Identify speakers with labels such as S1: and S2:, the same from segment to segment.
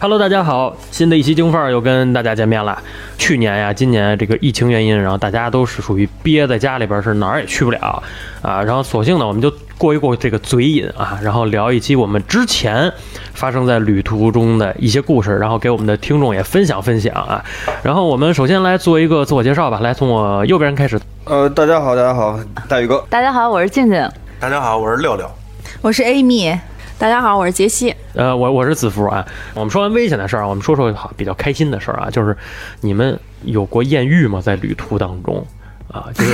S1: Hello，大家好，新的一期京范儿又跟大家见面了。去年呀，今年这个疫情原因，然后大家都是属于憋在家里边，是哪儿也去不了啊。然后索性呢，我们就过一过这个嘴瘾啊，然后聊一期我们之前发生在旅途中的一些故事，然后给我们的听众也分享分享啊。然后我们首先来做一个自我介绍吧，来从我右边开始。
S2: 呃，大家好，大家好，大宇哥，
S3: 大家好，我是静静，
S4: 大家好，我是六六。
S5: 我是 Amy，
S6: 大家好，我是杰西。
S1: 呃，我我是子福啊。我们说完危险的事儿，我们说说好比较开心的事儿啊，就是你们有过艳遇吗？在旅途当中啊， 就是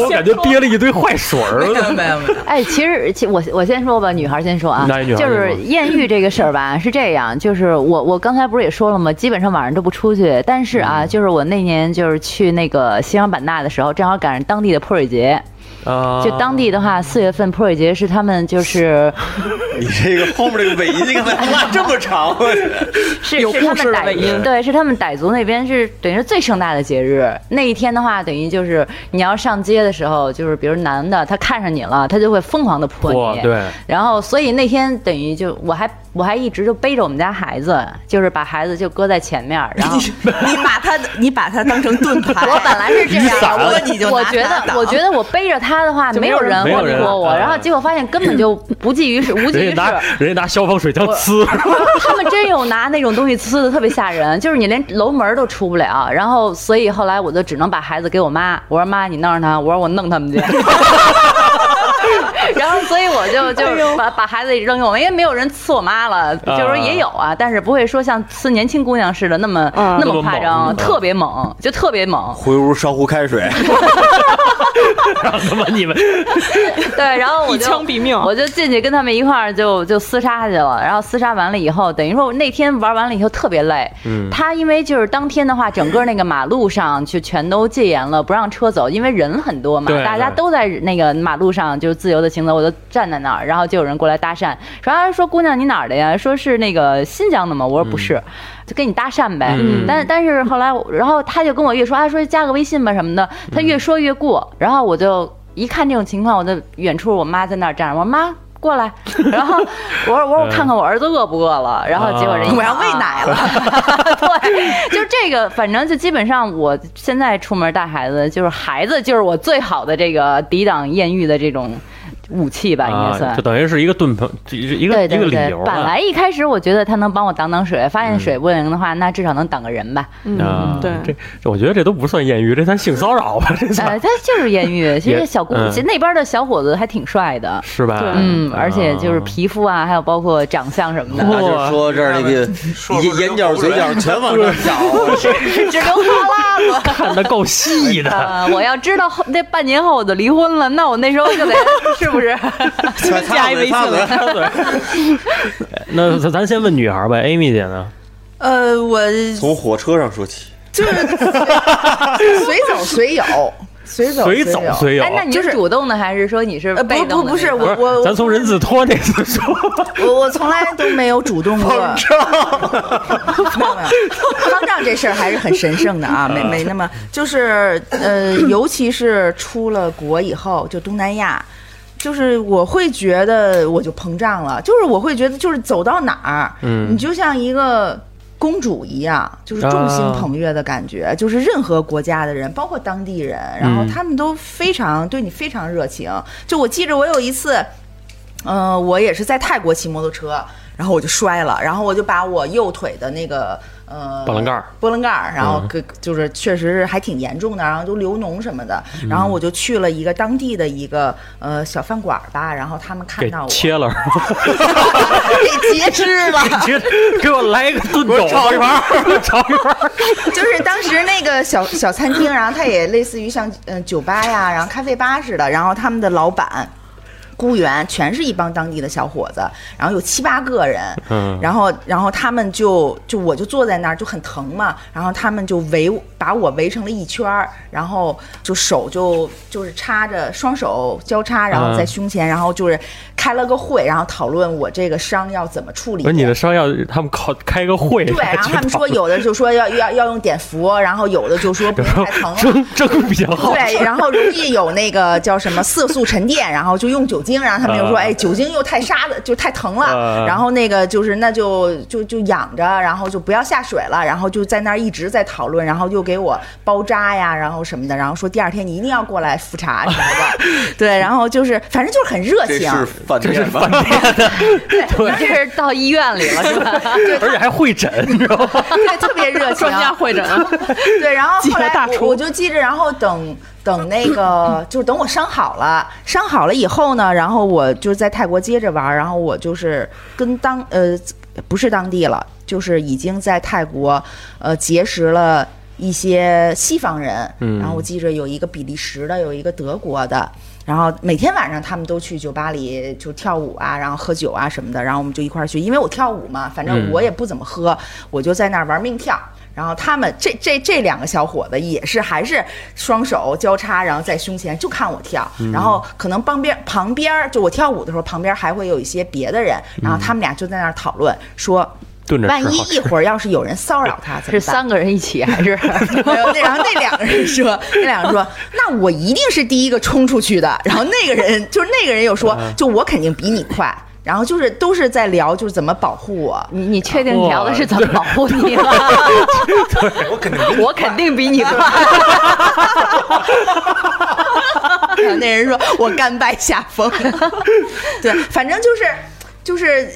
S1: 我感觉憋了一堆坏水儿。
S5: 没有没有没有，
S3: 哎，其实其我我先说吧，女孩先说啊
S1: 那，女孩先
S3: 就
S1: 说
S3: 是艳遇这个事 儿吧，是这样，就是我我刚才不是也说了吗？基本上晚上都不出去，但是啊，
S1: 嗯
S3: 就是我那年就是去那个西双版纳的时候，正好赶上当地的泼水节，
S1: 啊，
S3: 就当地的话，四月份泼水节是他们就是
S2: 你这个后面这个尾音，你刚才 拉这么长，
S3: 是
S6: 有
S3: 是
S6: 故
S3: 他
S6: 事
S3: 们
S6: 的
S3: 傣
S6: 尾音
S3: 对，是他们傣族那边是等于是最盛大的节日。那一天的话，等于就是你要上街的时候，就是比如男的他看上你了，他就会疯狂的泼
S1: 哇
S3: 你。
S1: 对。
S3: 然后，所以那天等于就我还我还一直就背着我们家孩子，就是把孩子就搁在前面儿，然后
S5: 你把他你把他当成盾 牌，
S3: 我本来是这样的，
S5: 我你就
S3: 我
S5: 拿
S3: 觉
S5: 他
S3: 得，
S5: 挡
S3: 我觉得我背着他的话，
S6: 就没
S3: 没
S6: 有
S3: 有
S6: 人
S3: 人
S6: 嗯
S1: 没有
S3: 会
S1: 人
S3: 泼我，
S1: 啊
S3: 然后结果发现根本就不济于事， 无济于
S1: 人
S3: 事
S1: 家。拿人家拿消防水枪呲，
S3: 他们真有拿那种东西呲的，特别吓人，就是你连楼门都出不了。然后，所以后来我就只能把孩子给我妈，我说妈，你弄上他，我说我弄他们去。 然后，所以我就就是把、把孩子扔给我们，因为没有人呲我妈了，就是说也有啊，但是不会说像呲年轻姑娘似的那么、
S6: 嗯
S3: 那么夸
S1: 啊那么猛嗯
S3: 张，特别猛，就特别猛。
S2: 回屋烧壶开水，
S1: 让他妈 你们
S3: 对，然后我
S6: 一
S3: 就
S6: 枪毙命。
S3: 我就进去跟他们一块儿就就厮杀去了，然后厮杀完了以后，等于说我那天玩完了以后特别累。
S1: 嗯
S3: 他因为就是当天的话，整个那个马路上就全都戒严了，不让车走，因为人很多嘛
S1: 对，
S3: 大家
S1: 对
S3: 都在那个马路上就是自由的行走。我就站在那儿，然后就有人过来搭讪，说、啊、说姑娘你哪儿的呀？说是那个新疆的吗？我说不是，就跟你搭讪呗。
S1: 嗯
S3: 但但是后来我，然后他就跟我越说，啊，说加个微信吧什么的，他越说越过，
S1: 嗯
S3: 然后我就一看这种情况，我就远处我妈在那儿站着，我说妈。过来， 然后我说我说我看看我儿子饿不饿了，然后结果人
S1: 嗯
S3: 家
S5: 我要喂奶了，
S3: 对， 就是这个，反正就基本上我现在出门带孩子，就是孩子就是我最好的这个抵挡艳遇的这种武器吧，应该
S1: 啊，
S3: 算
S1: 就。等于是一个盾牌，一个
S3: 对
S1: 一个
S3: 对
S1: 理
S3: 对
S1: 由，
S3: 本
S1: 啊。嗯
S3: 来一开始我觉得他能帮我挡挡水，发现水不灵的话，那至少能挡个人吧。
S5: 嗯
S1: 啊，
S6: 对
S1: 这这我觉得这都不算艳遇，这算性骚扰吧，这
S3: 呃，
S1: 算
S3: 他就是艳遇，其
S1: 也
S3: 实小姑，
S1: 嗯
S3: 其实那边的小伙子还挺帅的，
S1: 是吧
S6: 对？
S3: 嗯，而且就是
S1: 啊
S3: 皮肤啊，还有包括长相什么的，
S2: 那就说这儿那个
S4: 说不
S2: 眼
S4: 出
S2: 眼角嘴角全往这找，
S3: 是直流哈喇子。
S1: 看的够细 的。
S3: 呃，我要知道后那半年后我就离婚了，那我那时候就得是不是？
S2: 全擦嘴擦嘴，
S1: 那咱咱先问女孩吧，Amy 姐呢？
S5: 呃，我
S2: 从火车上说起，
S5: 随走随有，随走
S1: 随走
S5: 走有。
S1: 随有
S3: 哎，，那你
S5: 就是
S3: 是主动的还是说你是
S5: 呃，
S3: 被
S5: 不
S3: 动
S5: 不
S3: 的
S5: 不是
S3: 那种
S5: 我
S1: 不是，
S5: 我
S1: 咱从人字拖那次说，
S5: 我我从来都没有主 动过。方 丈，没有没有，方丈这事儿还是很神圣的啊，没没那么就是呃，尤其是出了国以后，就东南亚。就是我会觉得我就膨胀了，就是我会觉得就是走到哪儿，
S1: 嗯
S5: 你就像一个公主一样，就是众星
S1: 啊
S5: 捧月的感觉。就是任何国家的人，包括当地人，然后
S1: 嗯
S5: 他们都非常对你非常热情。就我记着，我有一次，嗯，我也是在泰国骑摩托车，然后我就摔了，然后我就把我右腿的那个呃
S1: 波棱盖儿嗯
S5: 波棱盖儿，然后给、就是确实是还挺严重的，然后都流脓什么的，
S1: 嗯
S5: 然后我就去了一个当地的一个呃小饭馆儿吧，然后他们看
S1: 给
S5: 到我
S1: 切了，
S5: 给截肢了，
S1: 切，给我来一个炖
S2: 给
S1: 狗，
S2: 我炒一盘
S1: 盘，炒一盘儿。
S5: 就是当时那个小小餐厅，然后它也类似于像嗯、呃酒吧呀，然后咖啡吧似的，然后他们的老板。雇员全是一帮当地的小伙子，然后有七八个人，
S1: 嗯
S5: 然后然后他们就就我就坐在那儿就很疼嘛，然后他们就围把我围成了一圈儿，然后就手就就是插着双手交叉，然后在
S1: 嗯
S5: 胸前，然后就是开了个会，然后讨论我这个伤要怎么处理。
S1: 不是你的伤要他们考开个会，
S5: 对，然后他们 说有的就说要要要用碘伏，然后有的就说不
S1: 然
S5: 用
S1: 后
S5: 太疼了。
S1: 蒸蒸比较好。
S5: 对，然后容易有那个叫什么色素沉淀，然后就用酒精，然后他们就说，
S1: 啊
S5: 哎，酒精又太沙子，就太疼
S1: 啊
S5: 了，然后那个就是那就就就养着，然后就不要下水了，然后就在那儿一直在讨论，然后又给我包扎呀，然后什么的，然后说第二天你一定要过来复查什么的， 对，然后就是反正就是很热
S2: 这
S5: 情，
S2: 是饭店吧？
S3: 这是到医院里了是吧？
S1: 而且还会诊，你知道吗？
S5: 对，特别热情，
S4: 专家会诊，
S5: 对，然后
S4: 集合
S5: 后来
S4: 大
S5: 我
S4: 厨
S5: 我就记着，然后等等那个，就是等我伤好了，伤好了以后呢，然后我就在泰国接着玩儿，然后我就是跟当呃不是当地了，就是已经在泰国呃结识了。一些西方人，
S1: 嗯
S5: 然后我记着有一个比利时的，有一个德国的，然后每天晚上他们都去酒吧里就跳舞啊，然后喝酒啊什么的，然后我们就一块儿去，因为我跳舞嘛，反正
S1: 嗯
S5: 我也不怎么喝，我就在那儿玩命跳。然后他们这这这两个小伙子也是还是双手交叉，然后在胸前就看我跳，
S1: 嗯
S5: 然后可能旁边旁边儿就我跳舞的时候旁边还会有一些别的人，然后他们俩就在那儿讨论说，
S1: 炖嗯着
S5: 万
S1: 吃
S5: 一
S1: 好
S5: 一会儿要是有人骚扰他怎 么办？
S3: 是三个人一起还是？
S5: 没有，那然后那两个 人说，那两个人说，那我一定是第一个冲出去的。然后那个人就是那个人又说，
S1: 嗯
S5: 就我肯定比你快。然后就是都是在聊，就是怎么保护我。
S3: 你你确定聊的是怎么保护你吗？
S2: 我肯定比
S3: 我肯定比你快。
S5: 然 后那人说我甘拜下风。 对，反正就是。就是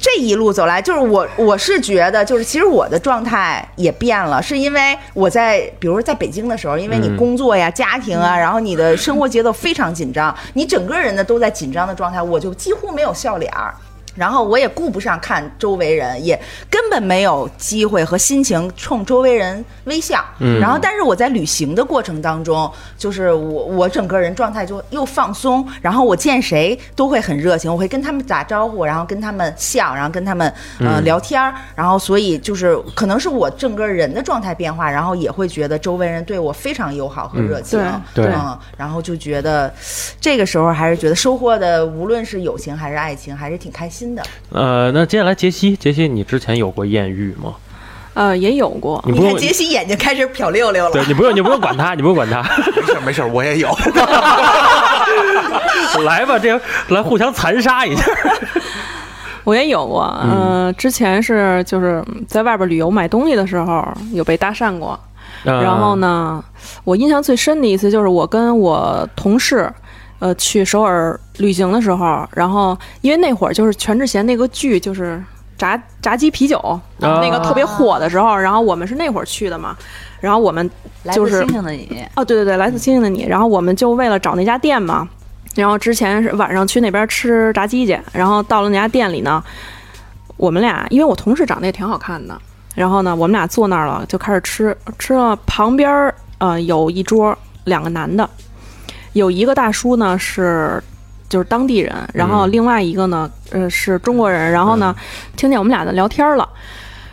S5: 这一路走来，就是我我是觉得，就是其实我的状态也变了，是因为我在比如说在北京的时候，因为你
S1: 嗯
S5: 工作呀、家庭啊，然后你的生活节奏非常紧张，你整个人呢都在紧张的状态，我就几乎没有笑脸儿。然后我也顾不上看周围人，也根本没有机会和心情冲周围人微笑。
S1: 嗯
S5: 然后，但是我在旅行的过程当中，就是我我整个人状态就又放松，然后我见谁都会很热情，我会跟他们打招呼，然后跟他们笑，然后跟他们呃
S1: 嗯
S5: 聊天儿，然后所以就是可能是我整个人的状态变化，然后也会觉得周围人对我非常友好和
S1: 嗯
S5: 热情，
S1: 对对
S5: 嗯，然后就觉得这个时候还是觉得收获的，无论是友情还是爱情，还是挺开心的。
S1: 呃，那接下来杰西，杰西，你之前有过艳遇吗？
S4: 呃，也有过，
S1: 你
S5: 你
S1: 不
S5: 看
S1: 用，
S5: 杰西眼睛开始瞟溜溜了
S1: 对。你不用，你不用管他，你不用管他，
S2: 没事儿没事儿，我也有。
S1: 来吧，这来互相残杀一下。
S4: 我也有过。嗯、之前是就是在外边旅游买东西的时候有被搭讪过，
S1: 啊
S4: 然后呢，我印象最深的一次就是我跟我同事，呃，去首尔旅行的时候，然后因为那会儿就是全智贤那个剧就是炸炸鸡啤酒、
S1: 呃
S4: 那
S1: 啊
S4: 个特别火的时候，然后我们是那会儿去的嘛，然后我们
S3: 来
S4: 就
S3: 自
S4: 是
S3: 星星的你，
S4: 哦，对对对，来自星星的你。然后我们就为了找那家店嘛，然后之前是晚上去那边吃炸鸡去，然后到了那家店里呢，我们俩因为我同事长得也挺好看的，然后呢，我们俩坐那儿了就开始吃，吃了旁边儿呃有一桌两个男的，有一个大叔呢是。就是当地人，然后
S1: 嗯
S4: 另外一个呢，呃，是中国人。然后呢，听见我们俩在聊天了，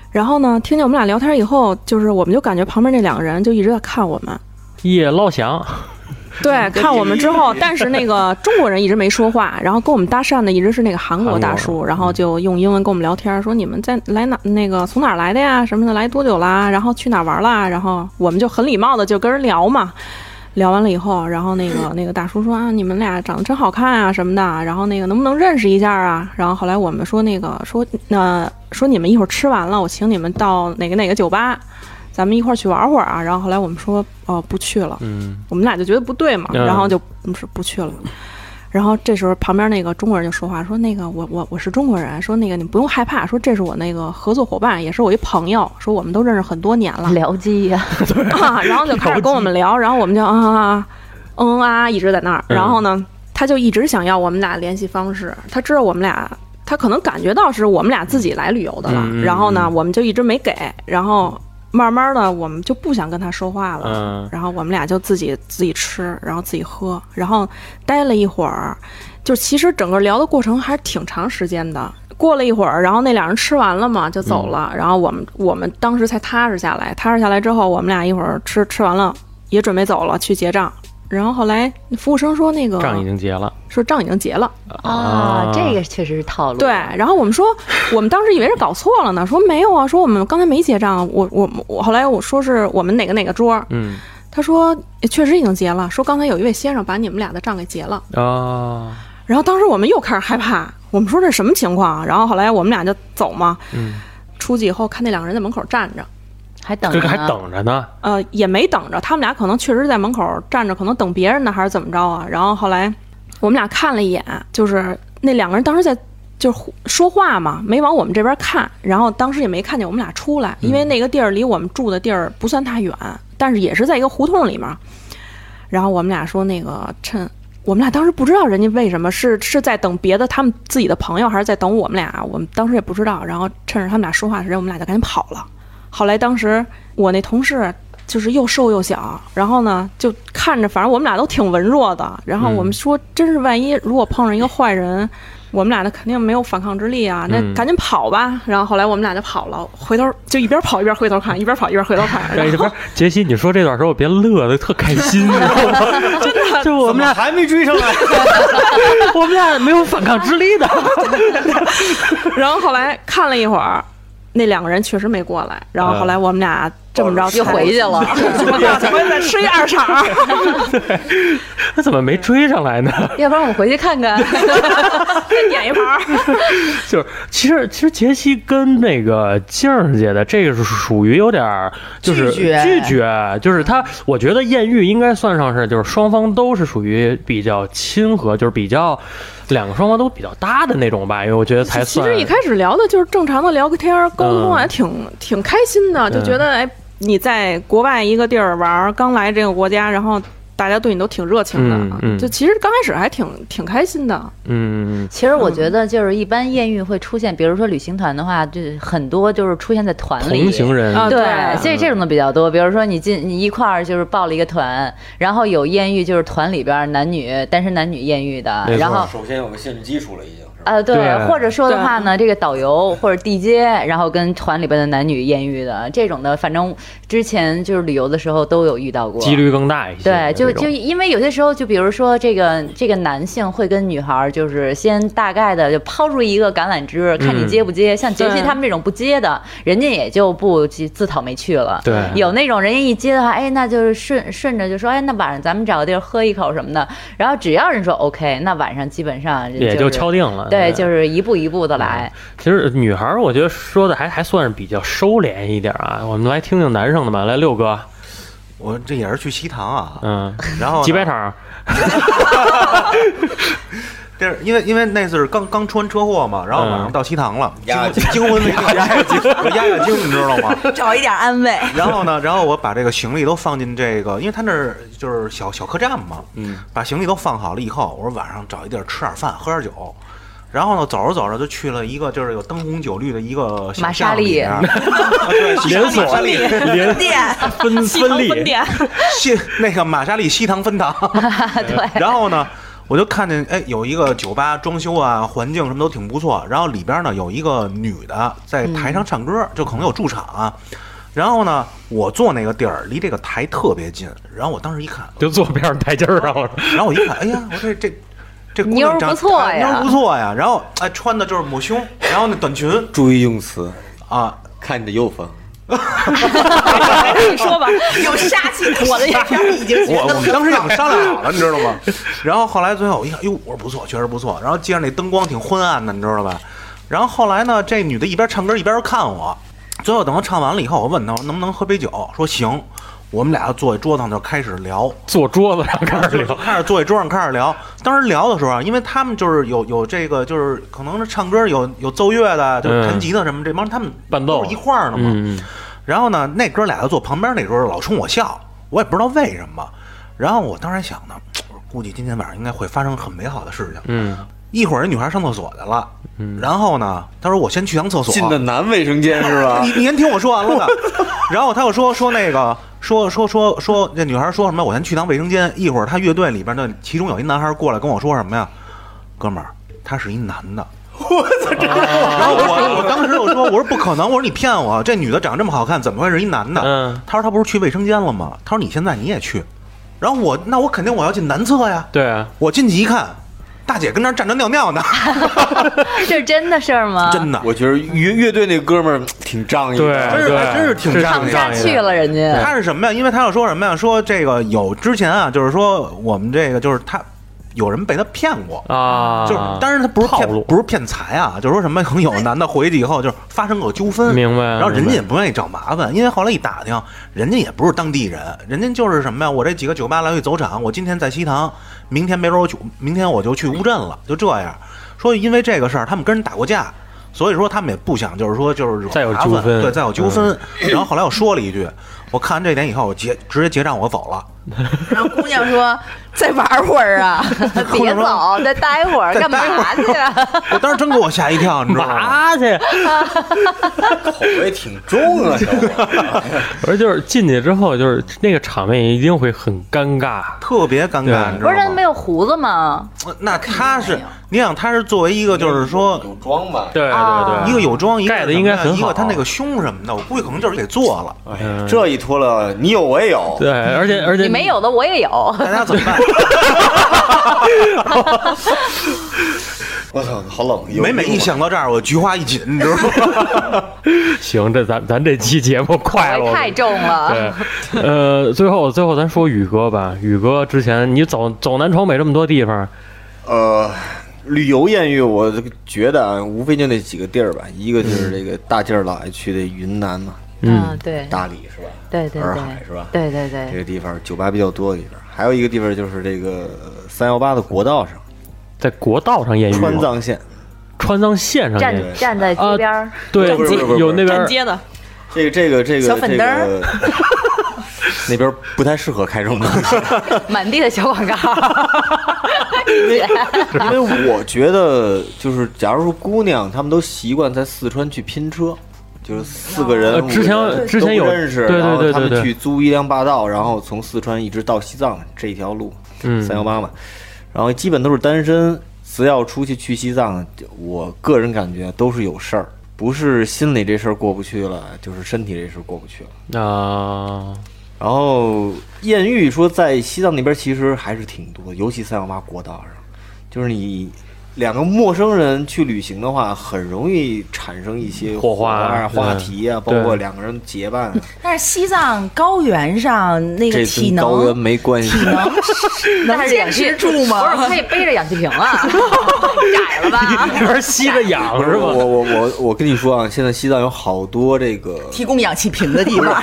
S4: 然后呢，听见我们俩聊天以后，就是我们就感觉旁边那两个人就一直在看我们，
S1: 夜捞翔，嗯
S4: 对，看我们之后，但是那 个中国人一直没说话，然后跟我们搭讪的一直是那个韩国大
S1: 韩
S4: 叔，
S1: 国
S4: 然后就用英文跟我们聊天，说你们在来哪那个从哪儿来的呀，什么的，来多久啦，然后去哪儿玩啦，然后我们就很礼貌的就跟人聊嘛。聊完了以后，然后 那个那个大叔说啊，你们俩长得真好看啊什么的，然后那个能不能认识一下啊？然后后来我们说那个说呃那、说你们一会儿吃完了，我请你们到哪个哪个酒吧，咱们一块儿去玩会儿啊。然后后来我们说哦、不去了，
S1: 嗯，
S4: 我们俩就觉得不对嘛，
S1: 嗯
S4: 然后就嗯是不去了。然后这时候旁边那个中国人就说话说那个我我我是中国人，说那个你不用害怕，说这是我那个合作伙伴，也是我一朋友，说我们都认识很多年了
S3: 聊机呀，
S4: 啊，然后就开始跟我们聊，然后我们就啊啊啊嗯啊一直在那儿，
S1: 嗯
S4: 然后呢他就一直想要我们俩联系方式，他知道我们俩。他可能感觉到是我们俩自己来旅游的了，
S1: 嗯嗯
S4: 然后呢，
S1: 嗯
S4: 我们就一直没给，然后慢慢的我们就不想跟他说话了，
S1: 嗯
S4: 然后我们俩就自己自己吃，然后自己喝，然后待了一会儿，就其实整个聊的过程还是挺长时间的。过了一会儿，然后那俩人吃完了嘛，就走了。
S1: 嗯
S4: 然后我们我们当时才踏实下来，踏实下来之后，我们俩一会儿吃吃完了，也准备走了去结账。然后后来服务生说那个
S1: 账已经结了
S4: 说账已经结了，
S3: 啊，这个确实是套
S1: 嗯
S3: 路。
S4: 对，然后我们说，我们当时以为是搞错了呢，说没有啊，说我们刚才没结账，我我我后来我说是我们哪个哪个桌，
S1: 嗯
S4: 他说确实已经结了，说刚才有一位先生把你们俩的账给结了。
S1: 啊，
S4: 然后当时我们又开始害怕，我们说这什么情况啊？然后后来我们俩就走嘛，
S1: 嗯，
S4: 出去以后看那两个人在门口站着，
S3: 还等着
S1: 这个
S3: 呢
S1: 还等着呢，
S4: 呃，也没等着，他们俩可能确实在门口站着，可能等别人呢，还是怎么着啊？然后后来我们俩看了一眼，就是那两个人当时在就是互说话嘛，没往我们这边看，然后当时也没看见我们俩出来，因为那个地儿离我们住的地儿不算太远，但是也是在一个胡同里面。然后我们俩说那个趁。我们俩当时不知道人家为什么是是在等别的他们自己的朋友，还是在等我们俩，我们当时也不知道。然后趁着他们俩说话的时间，我们俩就赶紧跑了。后来当时我那同事就是又瘦又小，然后呢就看着，反正我们俩都挺文弱的。然后我们说，真是万一如果碰上一个坏人，我们俩那肯定没有反抗之力啊，那
S1: 嗯
S4: 赶紧跑吧。然后后来我们俩就跑了，回头就一边跑一边回头看，一边跑一边回头 看。
S1: 哎，
S4: 然
S1: 这
S4: 后
S1: 不是杰西，你说这段时候我别乐的特开心， 你知道吗？真的，就我们俩，
S2: 还没追上来，
S1: 我们俩没有反抗之力的。
S4: 然后后来看了一会儿，那两个人确实没过来。然后
S1: 嗯
S4: 后来我们俩这么着
S3: 又回去了，
S4: 我也再吃一二场。
S1: 那怎么没追上来呢？
S3: 要不然我们回去看 看。
S4: 再点一盘。
S1: 就是，其实其实杰西跟那个静儿姐的这个是属于有点儿就是
S5: 拒绝
S1: 拒绝，就是他，我觉得艳遇应该算上是就是双方都是属于比较亲和，就是比较两个双方都比较搭的那种吧，因为我觉得才
S4: 其
S1: 算
S4: 实一开始聊的就是正常的聊个天儿，沟通
S1: 嗯
S4: 还挺、挺开心的，就
S1: 对
S4: 觉得哎，你在国外一个地儿玩儿，刚来这个国家，然后大家对你都挺热情的，
S1: 嗯嗯
S4: 就其实刚开始还挺挺开心的。
S1: 嗯，
S3: 其实我觉得就是一般艳遇会出现，比如说旅行团的话，就是很多就是出现在团里。
S1: 同行人
S4: 啊对
S3: 对，所以这种的比较多。比如说你进你一块儿就是报了一个团，然后有艳遇，就是团里边儿男女单身男女艳遇的
S1: 没，错
S3: 然后
S2: 首先有个心理基础了，已经是吧？
S3: 呃，对
S1: 对，
S3: 或者说的话呢，这个导游或者地接，然后跟团里边的男女艳遇的这种的，反正之前就是旅游的时候都有遇到过。
S1: 几率更大一些。
S3: 对，就
S1: 这种
S3: 就因为有些时候，就比如说这个这个男性会跟女孩儿，就是先大概的就抛出一个橄榄枝，看
S1: 嗯
S3: 你接不接。像杰西
S4: 对
S3: 他们这种不接的，人家也就不自自讨没趣了。
S1: 对
S3: 有那种人家一接的话，哎，那就是顺顺着就说，哎，那晚上咱们找个地儿喝一口什么的。然后只要人说 OK，那晚上基本上人
S1: 也
S3: 就
S1: 就是敲定了。
S3: 对，就是一步一步的来。
S1: 其实女孩儿，我觉得说的还还算是比较收敛一点啊。我们来听听男生的吧，来六哥，
S6: 我这也是去西塘啊，
S1: 嗯，
S6: 然后呢
S1: 几百，场，
S6: 这是因为因为那次是刚刚出完车祸嘛，然后晚上
S1: 嗯
S6: 到西塘了，
S2: 压压
S6: 惊惊魂未定，压压惊，我 压压惊，你知道吗？
S5: 找一点安慰。
S6: 然后呢，然后我把这个行李都放进这个，因为他那儿就是小小客栈嘛，
S2: 嗯，
S6: 把行李都放好了以后，我说晚上找一地儿吃点饭，喝点酒。然后呢，走着走着就去了一个就是有灯红酒绿的一个小
S3: 玛莎
S6: 巷里
S3: 丽
S6: 边儿啊对，西
S1: 连锁连
S5: 店
S1: 分分
S4: 分
S1: 立，
S4: 店，
S6: 西那个玛莎丽西塘分 堂，对。然后呢，我就看见哎有一个酒吧装修啊，环境什么都挺不错。然后里边呢有一个女的在台上唱
S3: 嗯
S6: 歌，就可能有驻场啊。然后呢，我坐那个地儿离这个台特别近，然后我当时一看，
S1: 就坐边上台阶儿上了。
S6: 然后我一看，哎呀，我这这这姑
S3: 妞儿
S6: 娘长
S3: 不错
S6: 哎
S3: 呀
S6: 妞儿不错呀。然后哎穿的就是抹胸，然后那短裙
S2: 注意用词，
S6: 啊，
S2: 看你的右方。
S3: 哎
S4: 你说吧，
S5: 有杀气，我的眼神已经觉
S6: 我
S5: 得
S6: 我们当时已经商量好 了，你知道吗？然后后来最后我一看，哟，我说不错，确实不错。然后街上那灯光挺昏暗的，你知道吧？然后后来呢，这女的一边唱歌一边看我。最后等她唱完了以后，我问她能不能喝杯酒，说行。我们俩坐在桌子上就开始聊，
S1: 坐桌子上开始
S6: 就
S1: 聊。
S6: 开始坐在桌上开始聊。当时聊的时候啊，因为他们就是有有这个，就是可能是唱歌有有奏乐的，就是弹吉他什么这帮他们
S1: 嗯伴奏
S6: 都是一块儿的嘛。
S1: 嗯，
S6: 然后呢，那哥俩就坐旁边那桌儿老冲我笑，我也不知道为什么。然后我当时想呢，我估计今天晚上应该会发生很美好的事情。
S1: 嗯，
S6: 一会儿人女孩上厕所去了，然后呢，她说我先去趟厕所。
S2: 嗯进的男卫生间是吧
S6: 你？你先听我说完了呢。然后她又说说那个说说说说这女孩说什么？我先去趟卫生间。一会儿她乐队里边的其中有一男孩过来跟我说什么呀？哥们儿，他是一男的。啊然后我我当时我说我说不可能，我说你骗我，这女的长这么好看，怎么会是一男的？
S1: 嗯
S6: 他说他不是去卫生间了吗？他说你现在你也去，然后我那我肯定我要进男厕呀，
S1: 对啊，
S6: 我进去一看，大姐跟那儿站着尿尿呢，
S3: 这是真的事儿吗？
S6: 真的，
S2: 我觉得乐乐队那哥们儿挺仗义
S1: 对，
S2: 的，
S6: 哎真是
S1: 对
S6: 还真是挺
S3: 看不
S6: 仗义
S3: 下
S6: 的。
S3: 去了，人家。
S6: 他是什么呀？因为他要说什么呀？说这个有之前啊，就是说我们这个就是他有人被他骗过，
S1: 啊，
S6: 就是当然他不是
S1: 套
S6: 骗
S1: 路
S6: 不是骗财啊，就是说什么可能有的男的回去以后就是发生过纠纷，
S1: 明白
S6: 然后人
S1: 明
S6: 家
S1: 白
S6: 也不愿意找麻烦，因为后来一打听，人家也不是当地人，人家就是什么呀，我这几个酒吧来回走场，我今天在西塘，明天没准我去，明天我就去乌镇了，就这样。说因为这个事儿，他们跟人打过架，所以说他们也不想就是说就是惹
S1: 再有
S6: 麻
S1: 纠
S6: 烦
S1: 纷嗯
S6: 对，再有纠纷。然后后来我说了一句，我看完这点以后，我结直接结账我走了。
S5: 然后姑娘说：“再玩会儿啊，
S6: 姑
S3: 别
S6: 娘说，
S3: 走，再待会儿，干嘛去啊？
S6: 我当时真给我吓一跳，你知道吗？
S1: 嘛去？
S2: 口味挺重啊，小伙 子。
S1: 我说就是进去之后，就是那个场面一定会很尴尬。
S6: 特别尴尬，
S1: 对
S6: 你知
S3: 不
S6: 道
S3: 是他
S6: 吗？
S3: 没有胡子吗？
S6: 那他
S5: 肯
S6: 是
S5: 定没有，
S6: 你想他是作为一个就是说
S2: 有装吧，
S1: 对对
S3: 啊
S1: 对，
S6: 一个有妆，一个
S1: 盖得应该很好
S6: 一个他那个胸什么的，我估计可能就是给做了。
S2: 哎
S1: 嗯
S2: 呀，这一脱了，你有我也有，
S1: 对，而且而且
S3: 你没有的我也有。
S6: 大家怎么办？
S2: 我操，好冷，有
S6: 每每一想到这儿，我菊花一紧，你知道吗？
S1: 行，这咱咱这期节目快了，
S3: 口味太重了，
S1: 对，呃，最后最后咱说宇哥吧，宇哥之前你走走南闯北这么多地方，
S2: 呃，旅游艳遇，我觉得啊，无非就那几个地儿吧，一个就是这个大劲儿老爱去的云南嘛，
S1: 嗯，
S3: 啊对
S2: 大理是吧？
S3: 对对
S2: 洱
S3: 对
S2: 海是吧？
S3: 对对
S2: 这
S3: 对，
S2: 个地方酒吧比较多的地方，还有一个地方就是这个三幺八的国道上，
S1: 在国道上艳遇
S2: 川
S1: 过，
S2: 藏线，
S1: 川藏线上艳遇
S3: 站站在街边儿，
S1: 对
S3: 站
S2: 不是不是不是
S1: 有那边
S4: 站
S1: 儿
S4: 街的，
S2: 这个这个这个
S5: 小粉灯儿
S2: 这个 那边不太适合开这种东西，
S3: 满地的小广告，
S2: 因为我觉得就是，假如说姑娘她们都习惯在四川去拼车，就是四个人
S1: 呃
S2: 五个人
S1: 之前
S2: 都不
S1: 之前有
S2: 认识，
S1: 对对
S2: 然后
S1: 对
S2: 他
S1: 对
S2: 们
S1: 对
S2: 去租一辆霸道，然后从四川一直到西藏这一条路，
S1: 嗯
S2: 三幺八嘛，然后基本都是单身，只要出去去西藏，我个人感觉都是有事儿。不是心里这事儿过不去了，就是身体这事儿过不去了。
S1: 啊，
S2: 然后艳遇说在西藏那边其实还是挺多，尤其三幺八国道上，就是你两个陌生人去旅行的话，很容易产生一些
S1: 火花
S2: 啊、
S1: 对
S2: 话题啊，包
S1: 对
S2: 括两个人结伴啊。
S5: 但是西藏高原上那个
S2: 这
S5: 体
S2: 跟高原
S5: 能
S2: 没 关系，
S3: 能
S5: 坚持住吗
S3: 不是，可以背着氧气瓶啊， 窄了吧？
S1: 那边吸着氧
S2: 不
S1: 是
S2: 是
S1: 吧？
S2: 我我我我跟你说啊，现在西藏有好多这个
S5: 提供氧气瓶的地方，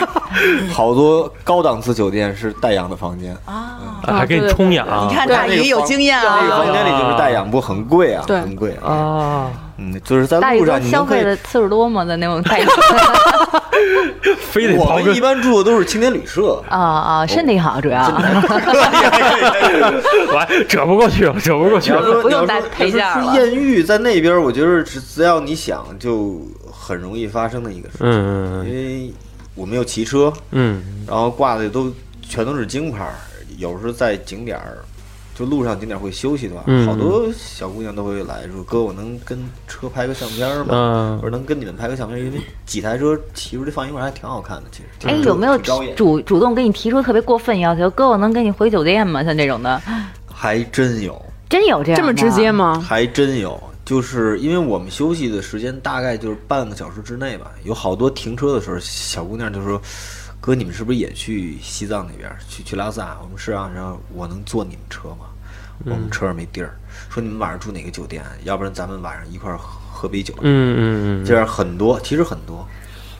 S2: 好多高档次酒店是带氧的房间，
S1: 啊还给你充氧
S5: 你看大鱼有经验
S2: 那个
S5: 啊。
S2: 房间里就是带氧，不很贵啊，
S4: 对
S2: 很贵啊。
S1: 啊，
S2: 嗯，就是在
S3: 大
S2: 路
S3: 宇哥
S2: 上你
S3: 消
S2: 们可
S3: 费
S2: 以
S3: 的次数多吗？在那种带
S1: 非得
S2: 我
S1: 刨
S2: 们一
S1: 根
S2: 般住的都是青年旅社，
S3: 啊啊，身体好主要，
S1: 我还折不过去了，折不过
S2: 你
S1: 去
S2: 要
S1: 了。
S2: 说
S3: 不用
S2: 你要
S3: 带
S2: 说
S3: 陪嫁
S2: 要
S3: 了
S2: 说艳遇在那边，我觉得只只要你想，就很容易发生的一个事。
S1: 嗯嗯
S2: 因为我们又骑车，
S1: 嗯
S2: 然后挂的都全都是京牌儿，有时候在景点儿，就路上景点儿会休息的话，
S1: 嗯
S2: 好多小姑娘都会来说：“哥，我能跟车拍个相片儿吗？”
S1: 嗯
S2: 我说：“能跟你们拍个相片儿，因为几台车骑出来放一块儿还挺好看的。”其实，
S3: 哎，有没有
S2: 挺招眼
S3: 主主动给你提出特别过分要求？哥，我能跟你回酒店吗？像这种的，
S2: 还真有。
S3: 真有这样啊
S4: 这么直接
S3: 吗？
S4: 吗？
S2: 还真有，就是因为我们休息的时间大概就是半个小时之内吧，有好多停车的时候，小姑娘就说：“哥，你们是不是也去西藏那边儿，去去拉萨？”我们是啊，然后我能坐你们车吗？我们车上没地儿，说你们晚上住哪个酒店？啊要不然咱们晚上一块儿喝喝杯酒。
S1: 嗯嗯
S2: 这
S1: 嗯，
S2: 样很多，其实很多，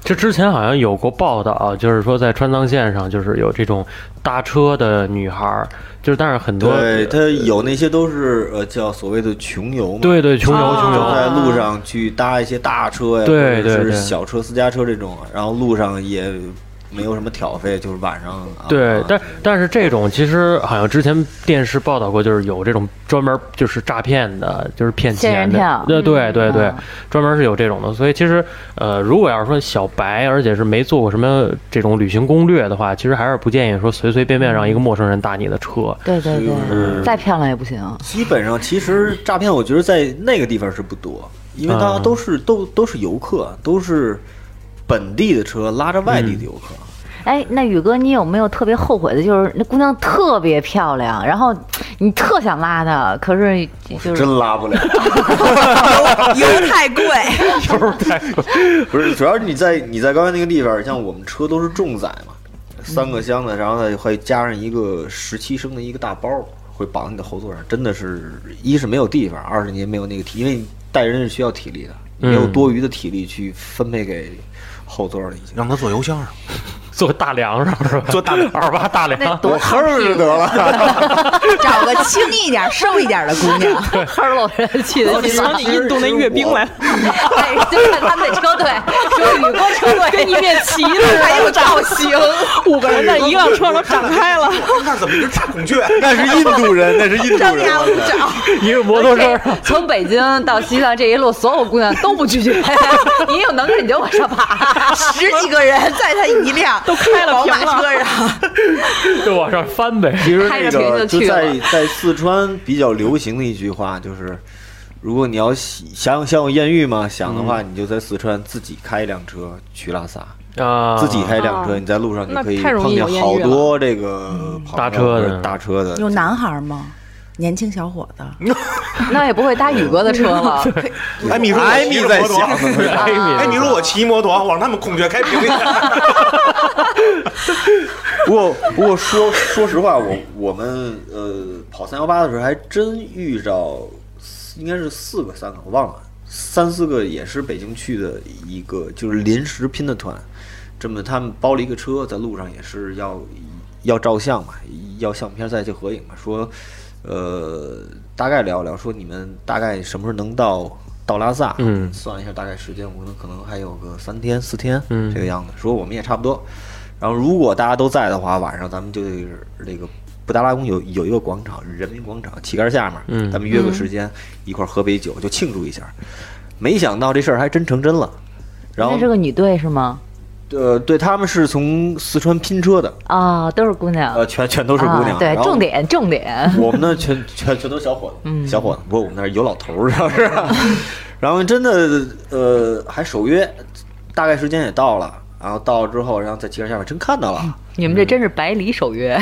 S1: 这之前好像有过报道、啊就是说在川藏线上，就是有这种搭车的女孩儿，就是但是很多
S2: 对，他有那些都是呃叫所谓的穷游嘛，
S1: 对对穷游
S3: 啊
S1: 穷
S2: 就
S1: 游，
S2: 在路上去搭一些大车呀，
S1: 对
S2: 或者
S1: 对对
S2: 是小车、私家车这种，然后路上也没有什么挑费，就是晚上啊。
S1: 对
S2: 啊，
S1: 但但是这种其实好像之前电视报道过，就是有这种专门就是诈骗的，就是骗
S3: 仙
S1: 钱
S3: 人
S1: 的
S3: 跳，
S1: 对对对对
S3: 嗯，
S1: 专门是有这种的。所以其实呃，如果要是说小白，而且是没做过什么这种旅行攻略的话，其实还是不建议说随随便便让一个陌生人搭你的车。
S3: 对
S2: 是
S3: 对对，再漂亮也不行。
S2: 基本上其实诈骗，我觉得在那个地方是不多，因为大家
S1: 嗯
S2: 都是都都是游客，都是本地的车拉着外地的游客。
S3: 哎，那宇哥，你有没有特别后悔的？就是那姑娘特别漂亮，然后你特想拉她，可是就是
S2: 真拉不了，
S5: 油太贵，
S2: 不是，主要是你在你在刚才那个地方，像我们车都是重载嘛，三个箱子，然后再会加上一个十七升的一个大包，会会绑你的后座上，真的是一是没有地方，二是你也没有那个体，因为你带人是需要体力的，你没有
S1: 嗯
S2: 多余的体力去分配给后座了已经。
S6: 让他坐油箱上，
S1: 坐大梁上是吧？坐大二八大
S3: 那
S1: 梁，
S3: 多
S2: 哼着得了，
S5: 找个轻一点、瘦一点的姑娘。
S3: 哈喽，气的
S4: 你
S3: 气
S4: 说你印度那阅兵来了，
S3: 哎，就看他们那车队，说雨过车队，
S4: 跟一面旗子， 还有造型，五个人在一辆车上都展开 了。
S6: 那怎么一只大孔雀？
S2: 那是印度人，那是印度人。我操
S1: 一个摩托车上，
S3: 从北京到西藏这一路，所有姑娘都不拒绝，你有能耐你就往上 爬。
S5: 十几个人在他一辆都
S4: 开了
S5: 宝
S4: 屏
S5: 马
S4: 了
S5: 车上，
S1: 就往上翻 呗。
S2: 其实
S3: 开着
S2: 那
S3: 瓶
S2: 个
S3: 就
S2: 就
S3: 去
S2: 在
S3: 了
S2: 在四川比较流行的一句话就是，如果你要喜想想有艳遇嘛，想的话，你就在四川自己开一辆车去拉萨，
S1: 啊，
S2: 自己开一辆车，
S4: 啊
S2: 你在路上你
S4: 那
S2: 就可以
S4: 太容
S2: 碰
S4: 易有
S2: 见
S4: 艳
S2: 好
S4: 遇
S2: 多这个朋友
S1: 搭车的
S2: 或者搭车的，
S5: 有男孩吗？年轻小伙子，
S3: 那也不会搭宇哥的车了，
S6: 艾米说我
S2: 艾
S6: 骑
S2: 米
S6: 着摩
S2: 在
S6: 托
S2: 想，
S1: 艾米，
S6: 艾米说我骑摩托往他们孔雀开屏。
S2: 不过不过说说实话，我我们呃跑三幺八的时候还真遇着，应该是四个三个我忘了，三四个也是北京去的一个就是临时拼的团，这么他们包了一个车，在路上也是要要照相嘛，要相片再去合影嘛，说呃大概聊一聊，说你们大概什么时候能到。到拉萨，
S1: 嗯
S2: 算了一下大概时间，我们可能还有个三天四天，
S1: 嗯
S2: 这个样子。说我们也差不多，然后如果大家都在的话，晚上咱们就是那个布达拉宫有有一个广场，人民广场旗杆下面，
S1: 嗯
S2: 咱们约个时间、一块儿喝杯酒，就庆祝一下。没想到这事儿还真成真了，然后
S3: 那是个女队是吗？
S2: 呃，对他们是从四川拼车的，
S3: 啊，都是姑娘，
S2: 呃，全全都是姑娘，
S3: 啊、对，
S2: 然后嗯
S3: 重点嗯重点，
S2: 我们那全全全都小伙子，小伙子，不过我们那儿有老头儿， 知道是吧？然后真的呃还守约，大概时间也到了，然后到了之后，然后在旗杆下面真看到了。
S3: 你们这真是百里守约，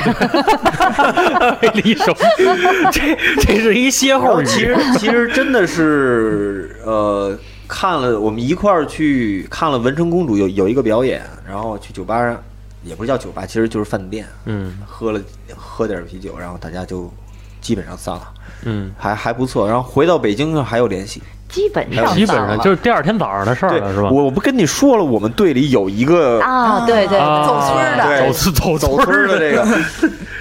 S1: 一手， 这这是一歇
S2: 然
S1: 后
S2: 后
S1: 语。
S2: 其实其实真的是呃，看了我们一块儿去看了《文成公主有》有一个表演，然后去酒吧上，也不是叫酒吧，其实就是饭店，
S1: 嗯
S2: 喝了喝点啤酒，然后大家就基本上散了，
S1: 嗯，
S2: 还还不错。然后回到北京还有联系，
S3: 基本上
S1: 基本上就是是第二天早上的事儿
S2: 对
S1: 了，是吧？
S2: 我我不跟你说了，我们队里有一个
S3: 啊，对对，
S1: 啊
S5: 走村儿的
S1: 走
S2: 对
S1: 村走
S2: 走
S1: 村
S2: 村儿
S1: 儿
S2: 的这个，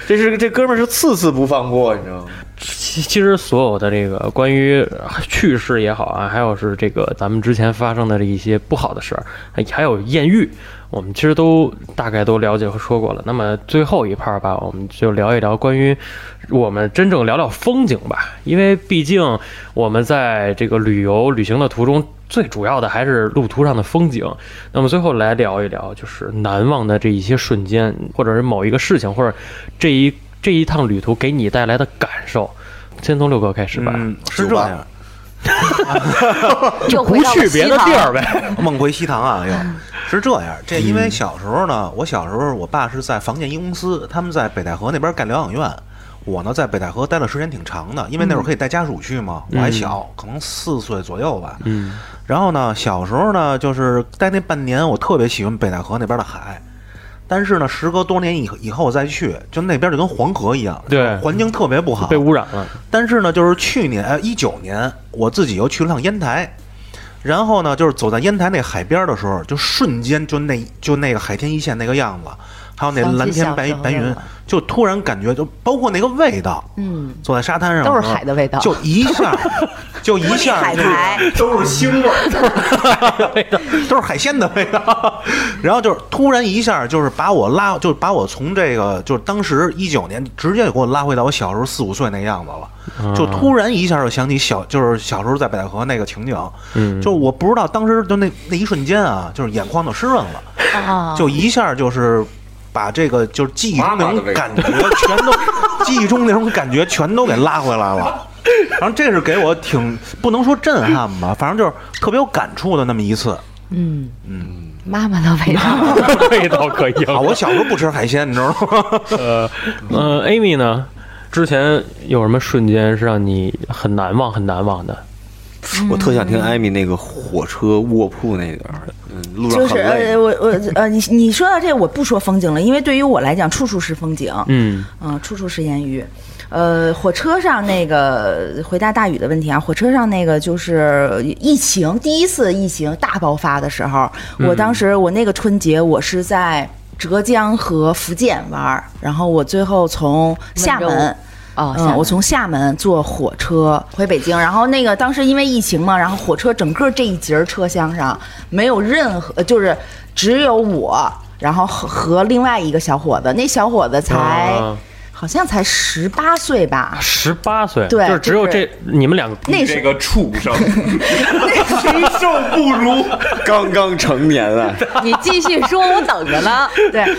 S2: 这是这哥们儿是次次不放过，你知道吗？
S1: 其其实所有的这个关于趣事也好啊，还有是这个咱们之前发生的这一些不好的事儿，还还有艳遇，我们其实都大概都了解和说过了。那么最后一 part 吧，我们就聊一聊关于我们真正聊聊风景吧，因为毕竟我们在这个旅游旅行的途中。最主要的还是路途上的风景。那么最后来聊一聊，就是难忘的这一些瞬间，或者是某一个事情，或者这一这一趟旅途给你带来的感受。先从六哥开始吧，
S6: 嗯，是这
S2: 酒吧
S6: 样。
S3: 就
S1: 不
S3: 回到了
S1: 去别的
S3: 西塘
S1: 地儿 呗。
S6: 梦回西 塘啊，又是这样。这因为
S1: 嗯
S6: 小时候呢，我小时候我爸是在房建一公司，他们在北戴河那边盖疗养院。我呢，在北戴河待的时间挺长的，因为那
S1: 嗯
S6: 会儿可以带家属去嘛，我还小，可能四岁左右吧。
S1: 嗯
S6: 然后呢，小时候呢，就是待那半年，我特别喜欢北戴河那边的海。但是呢，时隔多年以后以后再去，就那边就跟黄河一样，
S1: 对
S6: 环境特别不好，
S1: 被污染了，
S6: 但是呢，就是去年呃一九年，我自己又去了趟烟台，然后呢，就是走在烟台那海边的时候，就瞬间就那就那个海天一线那个样子，还有那
S5: 想起
S6: 蓝天
S5: 小
S6: 白
S5: 时候
S6: 白云
S5: 了，
S6: 就突然感觉就包括那个味道，
S5: 嗯，
S6: 坐在沙滩上
S3: 都是
S6: 时候
S3: 海的味道
S6: 就一下 就一下
S5: 海
S6: 就
S5: 苔
S2: 都是腥味儿。
S6: 都是海鲜的味道。 然后就是突然一下，就是把我拉，就是把我从这个，就是当时一九年，直接就给我拉回到我小时候四五岁那样子了。就突然一下就想起小，就是小时候在北戴河那个情景。
S1: 嗯
S6: 就我不知道当时就那那一瞬间啊，就是眼眶都湿润了，
S3: 啊，
S6: 就一下就是。把这个就是记忆中那
S2: 妈妈的
S6: 种
S2: 味道
S6: 感觉全都，记忆中那种感觉全都给拉回来了，然后这是给我挺不能说震撼吧，反正就是特别有感触的那么一次。
S3: 嗯嗯，妈妈的味道，
S1: 味道可以
S6: 啊，我小时候不吃海鲜，你知道吗？
S1: 呃呃，Amy 呢？之前有什么瞬间是让你很难忘、很难忘的？
S2: 我特想听艾
S5: 嗯
S2: 米那个火车卧铺那段儿，嗯，路上
S5: 就是
S2: 很
S5: 呃，
S2: 累。
S5: 我我呃，你你说到这，我不说风景了，因为对于我来讲，处处是风景，
S1: 嗯
S5: 嗯，处处是烟雨。呃，火车上那个回答大宇的问题啊，火车上那个就是疫情第一次疫情大爆发的时候，
S2: 嗯
S5: 我当时我那个春节我是在浙江和福建玩儿，然后我最后从厦
S3: 温州
S5: 门。
S3: 哦，
S5: 嗯，我
S3: 我
S5: 从厦门坐火车回北京，然后那个当时因为疫情嘛，然后火车整个这一节儿车厢上没有任何，呃就是只有我，然后和和另外一个小伙子，那小伙子才、
S1: 啊
S5: 好像才十八岁吧，
S1: 十八岁，
S5: 对
S1: 就是只有
S5: 就
S1: 这你们两个
S5: 那
S7: 这
S5: 是
S7: 个畜 生，禽兽不如。
S2: 刚刚成年啊，
S3: 你继续说，我等着呢。哎
S5: 对，然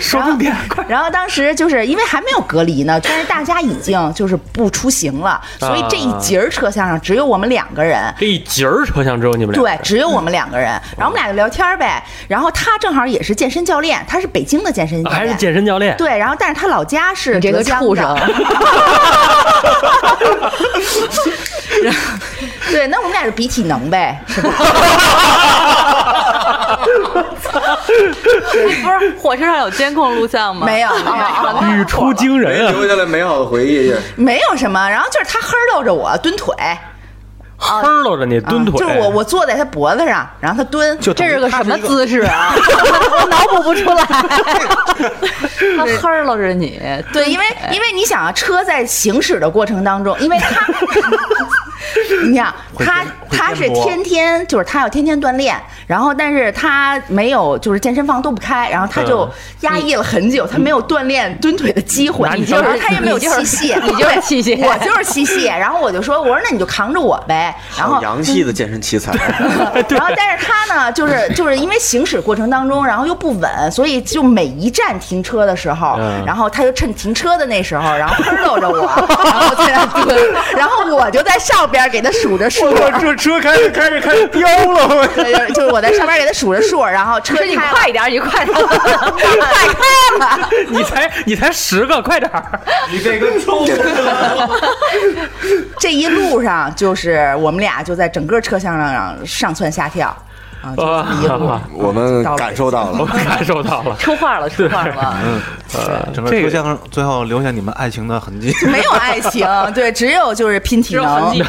S5: 后然后当时就是因为还没有隔离呢，但是大家已经就是不出行了，所以这一节儿车厢上只有我们两个人，
S1: 这一节儿车厢只有你们俩
S5: 对
S1: 人，，嗯
S5: 只有我们两个人，然后我们俩就聊天儿呗。然后他正好也是健身教练，他是北京的健身教练，
S1: 还是健身教练，
S5: 对，然后但是他老家是
S3: 你这个
S5: 浙江的
S3: 畜生
S5: 对，那我们俩是比体能呗，是吧？
S3: 不是火车上有监控录像吗？
S5: 没有，没有
S3: 啊，
S1: 语出惊人啊！
S2: 留下来美好的回忆。
S5: 没有什么。然后就是他呵溜着我蹲腿，啊
S1: 呲溜着你蹲腿，
S5: 就是我我坐在他脖子上，然后他蹲，
S6: 就
S5: 这
S6: 等于
S5: 是
S3: 这
S5: 个
S3: 个
S5: 什
S3: 什
S5: 么
S3: 么
S5: 姿？
S3: 姿势啊？ 我脑补不出来。他呵了着你，
S5: 对，因为因为你想啊，车在行驶的过程当中，因为他，你想他他是天天就是他要天天锻炼，然后但是他没有就是健身房都不开，然后他就压抑了很久，他没有锻炼蹲腿的机会
S1: 拿，你
S5: 就
S1: 当
S5: 是他也没有器
S3: 你就是
S5: 械，
S3: 你就是器械
S5: 对我就是器械。然后我就说，我说那你就扛着我呗，然后
S2: 好洋气的健身奇才，
S5: 然后，但是他呢，就是 就是因为行驶过程当中，然后又不稳，所以就每一站停车的时候，
S1: 嗯
S5: 然后他就趁停车的那时候，然后喷溜着我，然后在那蹲，然后我就在上边给他数着数，
S2: 这车开着开着开着飙了，
S5: 对就是就是我在上边给他数着数，然后车
S3: 说你
S5: 开了
S3: 快点，你快点，
S5: 快开了。
S1: 你才你才十个，快点儿！
S7: 你这个畜生！
S5: 这一路上就是我们俩就在整个车厢上上蹿下跳，啊，就是 这一路。
S1: 啊
S2: 我们感受到
S1: 我
S2: 了。
S1: 感受到 了，
S3: 出画了，出画了。 嗯
S6: 整个
S1: 这个
S6: 车厢最后留下你们爱情的痕迹。
S5: 没有爱情，对，只有就是拼体
S3: 只有痕
S5: 能
S3: 迹。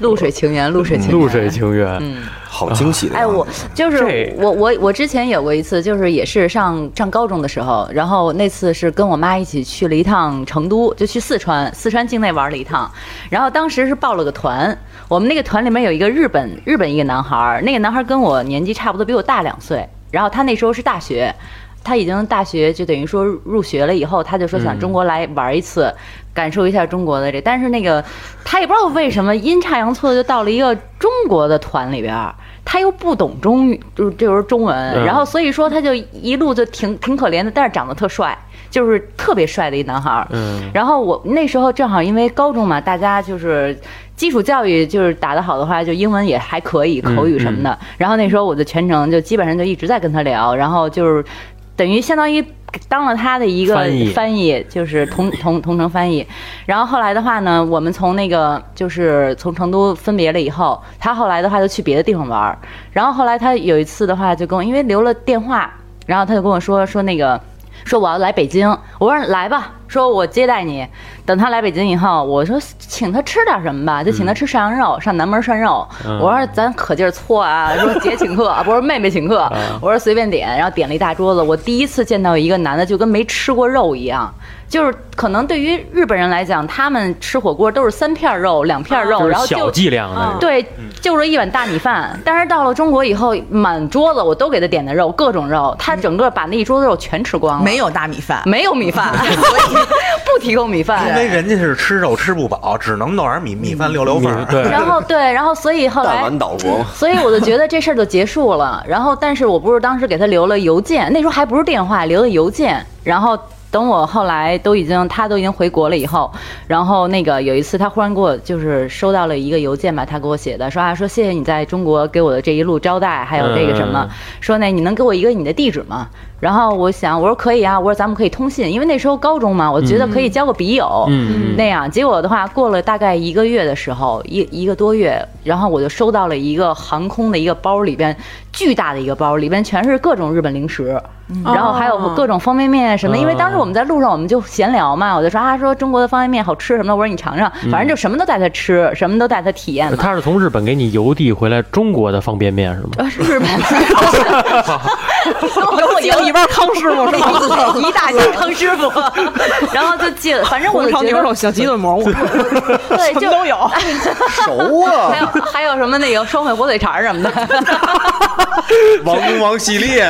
S3: 露水情缘，露水情缘，
S1: 露水情缘，
S5: 嗯
S2: 好惊喜的
S3: 哎，
S2: 样子
S3: 我就是
S1: 这
S3: 我我我之前有过一次，就是也是上上高中的时候，然后那次是跟我妈一起去了一趟成都，就去四川，四川境内玩了一趟。然后当时是报了个团，我们那个团里面有一个日本日本一个男孩儿，那个男孩儿跟我年纪差不多，比我大两岁。然后他那时候是大学，他已经大学就等于说入学了以后，他就说想中国来玩一次，感受一下中国的这。但是那个他也不知道为什么阴差阳错地就到了一个中国的团里边儿，他又不懂中语，就是就是中文，
S1: 嗯
S3: 然后所以说他就一路就挺挺可怜的，但是长得特帅，就是特别帅的一男孩儿。
S1: 嗯，
S3: 然后我那时候正好因为高中嘛，大家就是基础教育就是打得好的话，就英文也还可以，
S1: 嗯
S3: 口语什么的。然后那时候我就全程就基本上就一直在跟他聊，然后就是等于相当于当了他的一个
S1: 翻译
S3: 翻译就是同同同城翻译。然后后来的话呢，我们从那个就是从成都分别了以后，他后来的话就去别的地方玩儿。然后后来他有一次的话就跟我，因为留了电话，然后他就跟我说说那个。说我要来北京，我说来吧，说我接待你。等他来北京以后，我说请他吃点什么吧，就请他吃涮羊肉，上南门涮肉。
S1: 嗯
S3: 我说咱可劲儿搓啊， 说姐请客，不是妹妹请
S1: 啊
S3: 客，我说随便点，然后点了一大桌子。我第一次见到一个男的就跟没吃过肉一样。就是可能对于日本人来讲，他们吃火锅都是三片肉、两片肉，
S1: 啊就是
S3: 然后就嗯
S1: 小剂量的，
S3: 对，就是一碗大米饭。但是到了中国以后，满桌子我都给他点的肉，各种肉，他整个把那一桌子肉全吃光了，
S5: 没有大米饭，
S3: 没有米饭， 所以不提供米
S6: 因
S3: 饭。
S6: 为人家是吃肉吃不饱，只能弄点米米饭溜溜缝儿。
S1: 对
S3: 然后对，然后所以后
S2: 弹
S3: 来
S2: 丸岛国嘛，
S3: 所以我就觉得这事儿就结束了。然后，但是我不是当时给他留了邮件，那时候还不是电话，留的邮件。然后等我后来都已经他都已经回国了以后，然后那个有一次他忽然给我就是收到了一个邮件吧，他给我写的，说啊说谢谢你在中国给我的这一路招待，还有这个什么，
S1: 嗯
S3: 说那你能给我一个你的地址吗？然后我想我说可以啊，我说咱们可以通信，因为那时候高中嘛，我觉得可以交个笔友。
S1: 嗯
S3: 那样，结果的话，过了大概一个月的时候，一一个多月，然后我就收到了一个航空的一个包，里边巨大的一个包，里边全是各种日本零食，然后还有
S4: 哦
S3: 各种方便面什么。
S1: 嗯
S3: 因为当时我们在路上我们就闲聊嘛，我就说啊，说中国的方便面好吃什么的，我说你尝尝，
S1: 嗯
S3: 反正就什么都带他吃，什么都带他体 验嘛。
S1: 他是从日本给你邮递回来中国的方便面是吗？
S3: 呃日本，跟我
S4: 有一半康师 傅是吧？
S3: 一大箱康师傅，然后就记了，反正我
S4: 红
S3: 就
S4: 烧
S3: 觉
S4: 牛肉、
S3: 得
S4: 小鸡炖蘑菇，
S3: 对，就
S4: 都有。
S2: 熟啊
S3: 还有还有什么那个双汇火腿肠什么的，
S2: 王中王系列，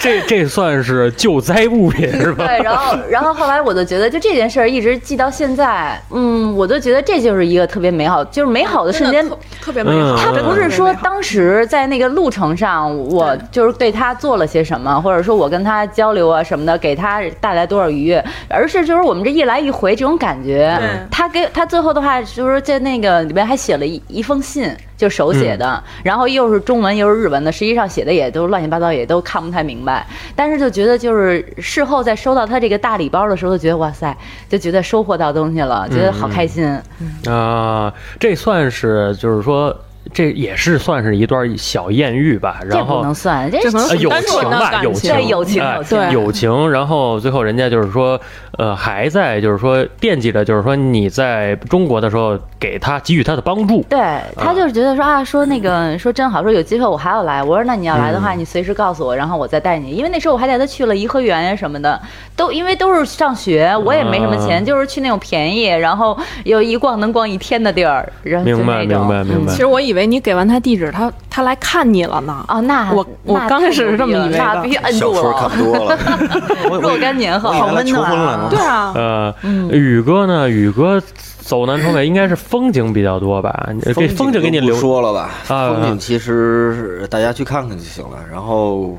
S1: 这这算是救灾物 品是吧？
S3: 对，然后然后后来我就觉得，就这件事儿一直记到现在，嗯，我就觉得这就是一个特别美好，就是美好的瞬间
S4: 啊真的。特特别美好。
S1: 嗯
S3: 他
S4: 真的
S3: 不
S4: 特
S3: 是
S4: 别
S3: 说
S4: 美好
S3: 当时在那个路程上，我就是对他做了些什么，或者说我跟他交流啊什么的，给他带来多少愉悦，而是就是我们这一来一回这种感觉
S4: 对。
S3: 他给他最后的话就是在那个里面还写了一一封信，就手写的，
S1: 嗯
S3: 然后又是中文又是日文的，实际上写的也都乱七八糟，也都看不太明白。但是就觉得就是事后再收到他这个大礼包的时候，就觉得哇塞，就觉得收获到东西了，觉得
S1: 嗯
S3: 好开心。
S1: 啊，这算是就是说，这也是算是一段小艳遇吧。
S3: 这
S1: 然
S3: 不
S1: 后
S3: 能算，这
S4: 这可能
S1: 呃
S4: 很
S1: 友
S4: 单
S1: 情
S4: 纯的
S1: 吧，
S4: 感
S1: 友
S4: 情
S1: 情，
S3: 对友情
S1: 哎
S3: 友情
S4: 对
S1: 友情。然后最后人家就是说，呃，还在就是说惦记着，就是说你在中国的时候给他给予他的帮助。
S3: 对他就是觉得说啊，说那 个说真好，说有机会我还要来。我说那你要来的
S1: 嗯
S3: 话，你随时告诉我，然后我再带你。因为那时候我还带他去了颐和园什么的，都因为都是上
S1: 啊
S3: 学，我也没什么钱，就是去那种便宜，然后有一逛能逛一天的地儿，然后就
S1: 明白，
S3: 那种
S1: 明
S3: 嗯
S1: 白，明白
S4: 其。实我以为你给完他地址，他他来看你了呢。
S3: 哦，那
S4: 我我
S3: 那
S4: 刚开
S3: 太
S4: 始是这么
S3: 牛逼
S4: 以为
S3: 了那
S4: 的
S3: 必须摁
S2: 小
S3: 住
S2: 说看
S3: 了。
S2: 多了，
S6: 我
S3: 若干年后
S6: 我以为他求婚了呢
S4: 对。啊，
S1: 呃，
S5: 嗯
S1: 宇哥呢？宇哥走南闯北应该是风景比较多吧？这风景给你
S2: 就不
S1: 留
S2: 说了吧，
S1: 啊
S2: 风景其实大家去看看就行了。然后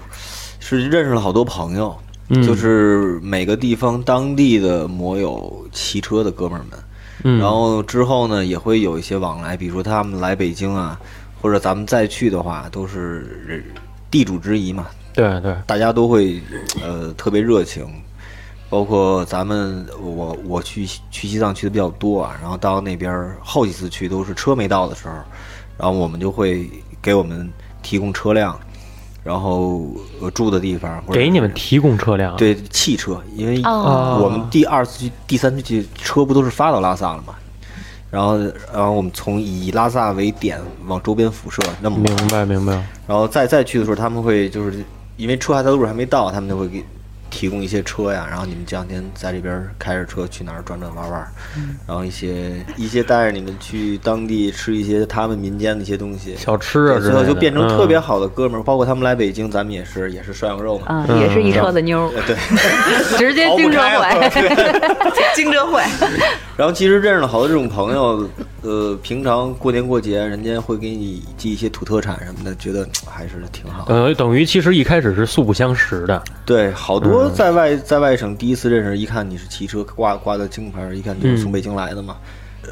S2: 是认识了好多朋友，
S1: 嗯
S2: 就是每个地方当地的摩友骑车的哥们儿们。
S1: 嗯
S2: 然后之后呢，也会有一些往来，比如说他们来北京啊，或者咱们再去的话，都是人地主之谊嘛，
S1: 对对，
S2: 大家都会呃特别热情，包括咱们我我去去西藏去的比较多啊，然后到那边儿后几次去都是车没到的时候，然后我们就会给我们提供车辆，然后呃住的地方或者
S1: 给你们
S2: 是
S1: 提供车辆。，
S2: 对汽车，因为
S1: 啊
S3: 哦
S2: 我们第二次去、第三次去车不都是发到拉萨了吗？然后，然后我们从以拉萨为点往周边辐射，那么
S1: 明白明白。
S2: 然后再再去的时候，他们会就是因为车还在路上还没到，他们就会给提供一些车呀，然后你们这两天在这边开着车去哪儿转转玩玩，
S1: 嗯
S2: 然后一些一些带着你们去当地吃一些他们民间的一些东西，
S1: 小吃啊
S2: 对
S1: 之类的
S2: 最后就变成特别
S1: 嗯
S2: 好的哥们儿，包括他们来北京，咱们也是也是涮羊肉嘛，
S3: 啊，也是一车的妞儿，
S6: 嗯
S2: 呃对。
S3: 直接
S2: 逃不
S3: 经车
S2: 开了
S3: 毁。
S5: 经哲会，
S2: 然后其实认识了好多这种朋友，呃，平常过年过节，人家会给你寄一些土特产什么的，觉得嘖还是挺好的。
S1: 呃，等于其实一开始是素不相识的，
S2: 对，好多在外在外省第一次认识，一看你是骑车挂挂的京牌儿，一看就是从北京来的嘛。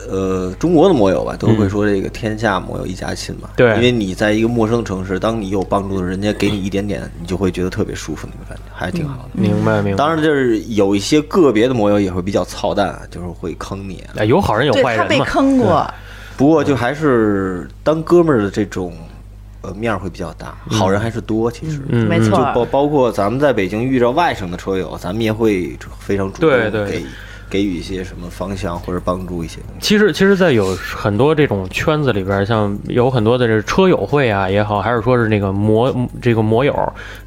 S2: 呃，中国的摩友吧，都会说这个天下摩友一家亲嘛。
S1: 对
S2: 因为你在一个陌生的城市，当你有帮助的时候，人家给你一点点，你就会觉得特别舒服，那个感觉还挺好的。
S1: 明白明白。
S2: 当然，就是有一些个别的摩友也会比较操蛋，就是会坑你啊，
S1: 哎，有好人有
S5: 对
S1: 坏
S5: 他
S1: 人
S5: 被
S1: 嘛。
S5: 坑过，
S2: 不过就还是当哥们儿的这种，呃，面儿会比较大，好人还是多。其实，
S1: 嗯
S3: 没
S2: 就
S3: 错
S2: 包包括咱们在北京遇着外省的车友，咱们也会非常主动
S1: 对
S2: 给
S1: 对
S2: 给予一些什么方向或者帮助一些东西。
S1: 其实，其实，在有很多这种圈子里边儿，像有很多的这车友会啊也好，还是说是那个摩这个摩友，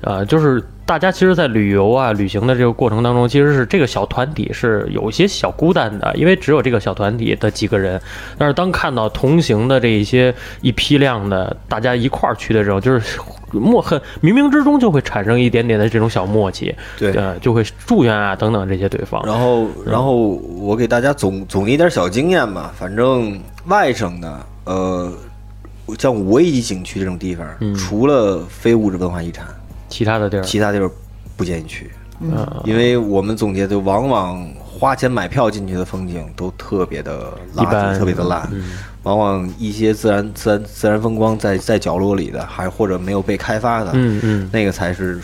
S1: 呃，就是大家其实，在旅游啊、旅行的这个过程当中，其实是这个小团体是有一些小孤单的，因为只有这个小团体的几个人。但是，当看到同行的这一些一批量的大家一块儿去的这种，就是默很冥冥之中就会产生一点点的这种小默契，
S2: 对
S1: 呃，就会祝愿啊等等这些对方。
S2: 然后，然后我给大家总总结一点小经验吧。反正外省的，呃，像五 A 级景区这种地方，
S1: 嗯
S2: 除了非物质文化遗产，
S1: 其他的地儿，
S2: 其他地儿不建议去。
S1: 嗯，
S2: 因为我们总结，就往往花钱买票进去的风景都特别的垃
S1: 一般嗯
S2: 圾，特别的烂，往往一些自然、自然、自然风光在在角落里的，还或者没有被开发的，
S1: 嗯嗯
S2: 那个才是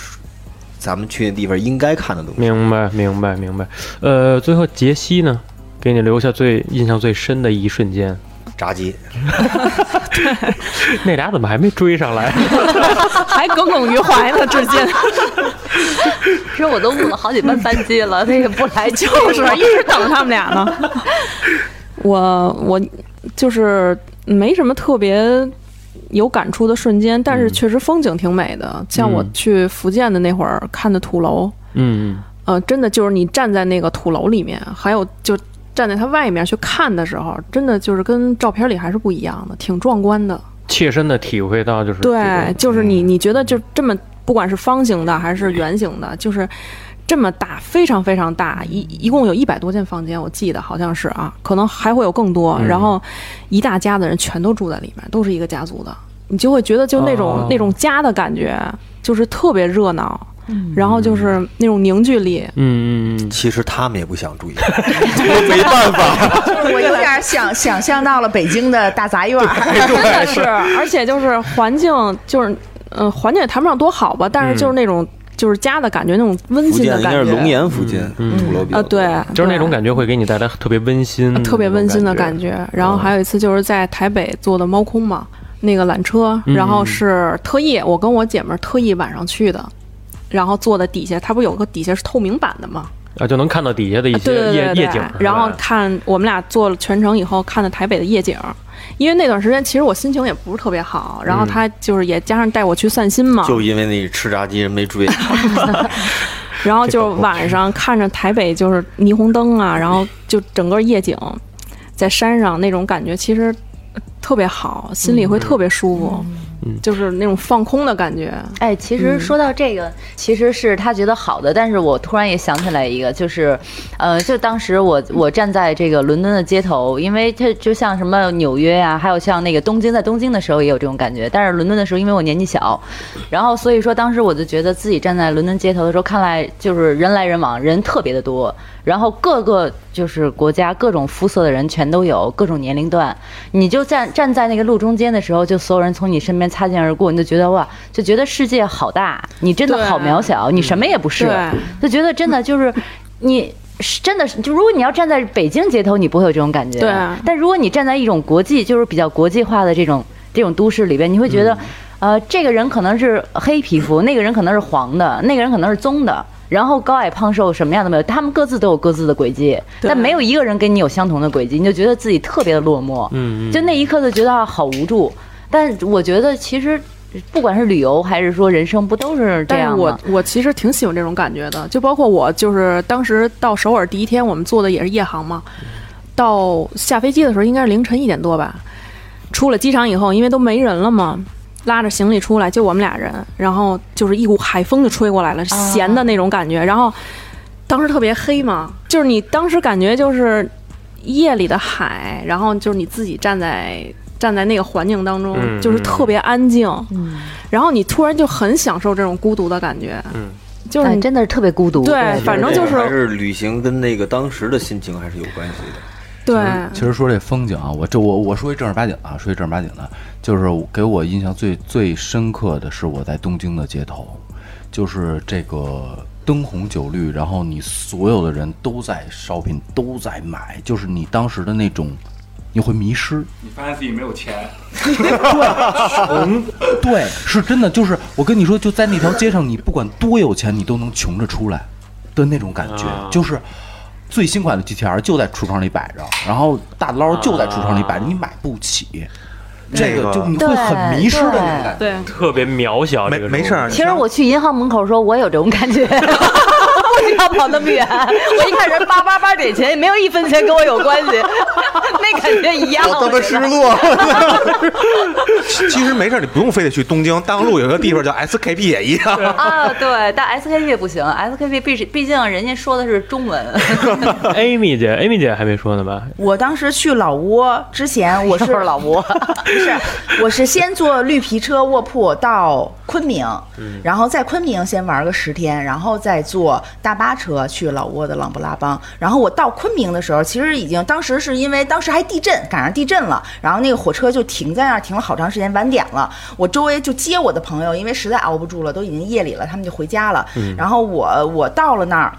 S2: 咱们去的地方应该看的东西。
S1: 明白，明白，明白。呃，最后杰西呢，给你留下最印象最深的一瞬间，
S2: 炸鸡，
S1: 那俩怎么还没追上来？
S4: 还耿耿于怀呢，至今。
S3: 其实我都误了好几班班机了，那个不来就
S4: 就是一直等着他们俩呢。 我我就是没什么特别有感触的瞬间，但是确实风景挺美的。像我去福建的那会儿看的土楼，
S1: 嗯，
S4: 呃，真的就是你站在那个土楼里面，还有就站在它外面去看的时候，真的就是跟照片里还是不一样的，挺壮观的。
S1: 切身的体会到就是
S4: 对，就是
S2: 嗯
S4: 你你觉得就这么，不管是方形的还是圆形的，就是这么大，非常非常大，一一共有一百多间房间，我记得好像是啊，可能还会有更多。
S2: 嗯
S4: 然后一大家子人全都住在里面，都是一个家族的，你就会觉得就那种、
S1: 哦
S4: 那种家的感觉，就是特别热闹。然后就是那种凝聚力，
S1: 嗯嗯
S2: 其实他们也不想 注意，
S5: 就是我有点想想象到了北京的大杂院儿，
S4: 真的是，而且就是环境，就是嗯、呃环境也谈不上多好吧，但是就是那种、就是家的感觉，那种温
S2: 嗯福
S4: 馨
S2: 建
S4: 的
S2: 应
S4: 感
S2: 该
S4: 觉。
S2: 是龙岩附近土楼比较多
S4: 啊，对，，
S1: 嗯，就是那
S4: 对
S1: 种感觉会给你带来特别温馨、
S4: 啊特别温馨的感
S1: 嗯觉。嗯
S4: 觉。然后还有一次就是在台北坐的猫空嘛，那个缆车，
S1: 嗯
S4: 然后是特意我跟我姐们儿特意晚上去的，然后坐的底下，它不是有个底下是透明板的嘛？
S1: 啊，就能看到底下的一
S4: 对
S1: 些
S4: 对
S1: 夜
S4: 对对
S1: 夜景
S4: 对，。然后
S1: 是吧
S4: 看我们俩坐了全程以后看的台北的夜景。因为那段时间其实我心情也不是特别好，然
S1: 嗯
S4: 后他就是也加上带我去散心嘛，
S2: 就因为那吃炸鸡人没注意，
S4: 然后就是晚上看着台北就是霓虹灯啊，然后就整个夜景在山上那种感觉，其实特别好，心里会特别舒服，
S1: 嗯
S4: 就是那种放空的感觉。
S3: 哎，其实说到这个，其实是他觉得好的，但是我突然也想起来一个，就是，呃，就当时我我站在这个伦敦的街头，因为它就像什么纽约呀、还有像那个东京，在东京的时候也有这种感觉，但是伦敦的时候，因为我年纪小，然后所以说当时我就觉得自己站在伦敦街头的时候，看来就是人来人往，人特别的多，然后各个就是国家各种肤色的人全都有，各种年龄段，你就站站在那个路中间的时候，就所有人从你身边擦肩而过，你就觉得哇，就觉得世界好大，你真的
S4: 对
S3: 好渺小，你什么也不是就
S4: 对，
S3: 觉得真的就是你。是真的是，就如果你要站在北京街头，你不会有这种感觉。
S4: 对啊
S3: 但如果你站在一种国际，就是比较国际化的这种这种都市里边，你会觉得，
S4: 嗯
S3: 呃，这个人可能是黑皮肤，那个人可能是黄的，那个人可能是棕的，然后高矮胖瘦什么样的没有，他们各自都有各自的轨迹，
S4: 对
S3: 但没有一个人跟你有相同的轨迹，你就觉得自己特别的落寞。
S1: 嗯嗯，
S3: 就那一刻就觉得啊好无助。但我觉得其实不管是旅游还是说人生，不都是这
S4: 但是
S3: 样
S4: 我
S3: 吗？
S4: 我其实挺喜欢这种感觉的，就包括我就是当时到首尔第一天，我们坐的也是夜航嘛，到下飞机的时候应该是凌晨一点多吧，出了机场以后，因为都没人了嘛。拉着行李出来，就我们俩人，然后就是一股海风就吹过
S3: 啊
S4: 来了，咸的那种感觉。然后当时特别黑嘛，就是你当时感觉就是夜里的海，然后就是你自己站在站在那个环境当中，
S1: 嗯
S4: 就是
S1: 嗯
S4: 特别安静。然后你突然就很享受这种孤独的感觉，
S1: 嗯，
S4: 就是
S3: 哎
S4: 你
S3: 真的是特别孤独。
S4: 对， 反正就
S2: 还是
S4: 是
S2: 旅行跟那个当时的心情还是有关系的。
S4: 对，
S7: 其实说这风景啊，我这我我说一正儿八经啊，说一正儿八经的，就是给我印象最最深刻的是我在东京的街头，就是这个灯红酒绿，然后你所有的人都在 shopping，都在买，就是你当时的那种，你会迷失。
S8: 你发现自己没有钱，
S7: 对，是真的，就是我跟你说，就在那条街上，你不管多有钱，你都能穷着出来的那种感觉，就是。最新款的 GTR 就在橱窗里摆着，然后大捞就在橱窗里摆着，你买不起，这
S6: 那
S7: 个
S6: 个
S7: 就你会很迷失的那种感觉。
S4: 对，
S1: 特别渺小。
S6: 没
S1: 这个
S6: 没事儿，
S3: 其实我去银行门口的时候，我有这种感 觉。我就要跑那么远，我一看人叭叭叭给钱，也没有一分钱跟我有关系， 那感觉一样。
S2: 我他妈失落，
S6: 其实没事儿，你不用非得去东京，大望路有一个地 方叫 SKP 也一样。
S3: 啊，对，但 SKP 不行，SKP 毕毕竟人家说的是中文，
S1: Amy 姐，Amy 姐还没说呢吧？
S5: 我当时去老挝之前，我是
S3: 是老挝。
S5: 不是，我是先坐绿皮车卧铺到昆明，然后在昆明先玩个十天，然后再坐大巴车去老挝的琅勃拉邦。然后我到昆明的时候，其实已经当时是因为当时还地震，赶上地震了，然后那个火车就停在那儿，停了好长时间，晚点了。我周围就接我的朋友，因为实在熬不住了，都已经夜里了，他们就回家了。然后我我到了那儿。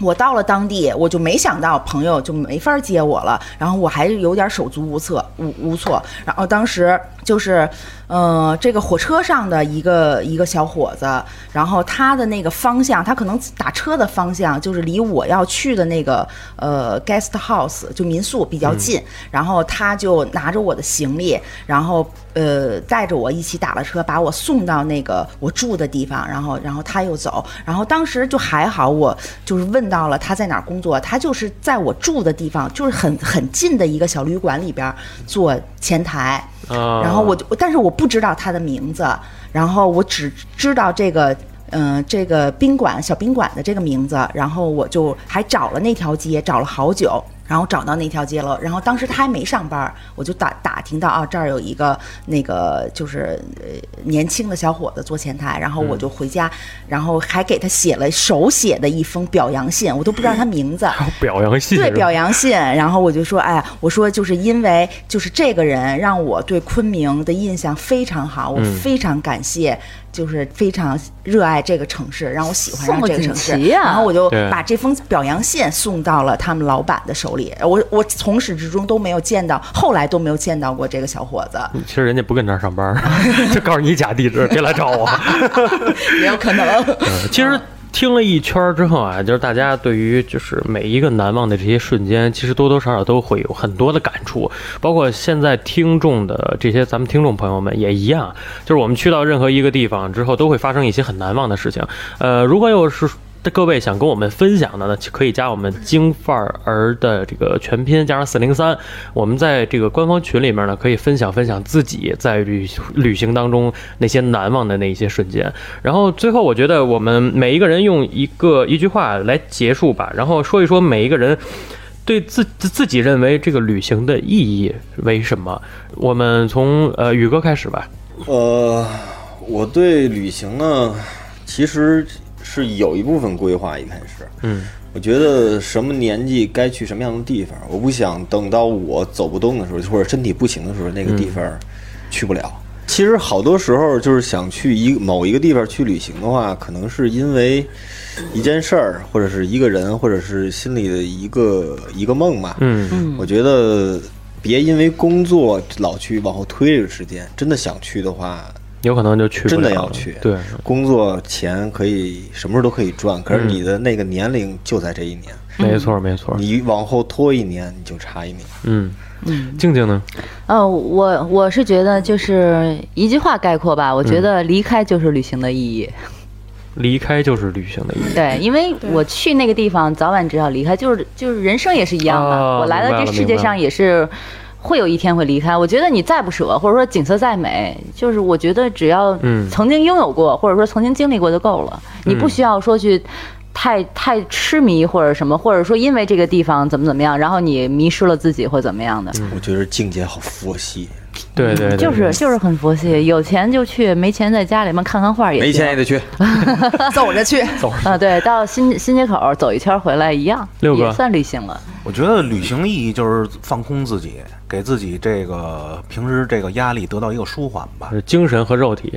S5: 我到了当地，我就没想到朋友就没法接我了，然后我还是有点手足无措，无无措。然后当时就是，呃，这个火车上的一个一个小伙子，然后他的那个方向，他可能打车的方向就是离我要去的那个呃 guest house 就民宿比较近，然后他就拿着我的行李，然后呃带着我一起打了车，把我送到那个我住的地方，然后然后他又走，然后当时就还好，我就是问到了他在哪儿工作，他就是在我住的地方，就是很很近的一个小旅馆里边儿做前台，
S1: 啊
S5: 然后我就，但是我不知道他的名字，然后我只知道这个，嗯、这个宾馆小宾馆的这个名字，然后我就还找了那条街，找了好久，然后找到那条街了，然后当时他还没上班，我就打打听到啊，这儿有一个那个就是呃年轻的小伙子做前台，然后我就回家，然后还给他写了手写的一封表扬信，我都不知道他名字，
S1: 表扬信
S5: 对
S1: 是吧
S5: 表扬信，然后我就说，哎，我说就是因为就是这个人让我对昆明的印象非常好，我
S1: 嗯
S5: 非常感谢，就是非常热爱这个城市，让我喜欢上
S3: 宋
S5: 这个
S3: 锦
S5: 城市。
S3: 旗啊
S5: 然后我就
S1: 对
S5: 把这封表扬信送到了他们老板的手里。我我从始至终都没有见到，后来都没有见到过这个小伙子，
S1: 其实人家不跟这儿上班儿， 就告诉你假地址，别来找我。
S5: 也有可能。
S1: 嗯其实听了一圈儿之后啊，就是大家对于就是每一个难忘的这些瞬间，其实多多少少都会有很多的感触。包括现在听众的这些咱们听众朋友们也一样，就是我们去到任何一个地方之后，都会发生一些很难忘的事情。呃，如果有是。各位想跟我们分享的呢，可以加我们京范儿的这个全拼加上四零三，我们在这个官方群里面呢，可以分享分享自己在旅旅行当中那些难忘的那一些瞬间。然后最后，我觉得我们每一个人用一个一句话来结束吧，然后说一说每一个人对自自自己认为这个旅行的意义为什么。我们从呃宇哥开始吧，
S2: 呃，我对旅行呢，其实是有一部分规划。一开始，
S1: 嗯，
S2: 我觉得什么年纪该去什么样的地方，我不想等到我走不动的时候，或者身体不行的时候，那个地方去不了。其实好多时候就是想去一某一个地方去旅行的话，可能是因为一件事儿，或者是一个人，或者是心里的一个一个梦吧。
S1: 嗯
S2: 我觉得别因为工作老去往后推这个时间，真的想去的话，
S1: 有可能就去不
S2: 真的
S1: 了
S2: 要
S1: 了
S2: 去
S1: 对，
S2: 工作钱可以什么时候都可以赚，可是你的那个年龄就在这一年，
S1: 没错没错，
S2: 你往后拖一年你就差一年。
S1: 嗯嗯，静静呢？
S3: 呃，我我是觉得就是一句话概括吧，我觉得离开就是旅行的意义。
S1: 离开就是旅行的意义。
S3: 对，因为我去那个地方，早晚只要离开，就是就是人生也是一样的。
S1: 哦
S3: 我来
S1: 明白
S3: 到
S1: 了
S3: 这世界上也是会有一天会离开。我觉得你再不舍，或者说景色再美，就是我觉得只要
S1: 嗯
S3: 曾经拥有过，或者说曾经经历过就够了，你不需要说去。太太痴迷或者什么，或者说因为这个地方怎么怎么样，然后你迷失了自己或怎么样的，
S2: 我觉得境界好佛系，
S1: 嗯对对对，
S3: 嗯就是就是很佛系。有钱就去，没钱在家里面看看画也行。
S2: 没钱也得去。
S5: 走着去，
S3: 啊，对，到新新街口走一圈回来一样，
S1: 六哥
S3: 也算旅行了。
S6: 我觉得旅行的意义就是放空自己，给自己这个平时这个压力得到一个舒缓吧。
S1: 是精神和肉体。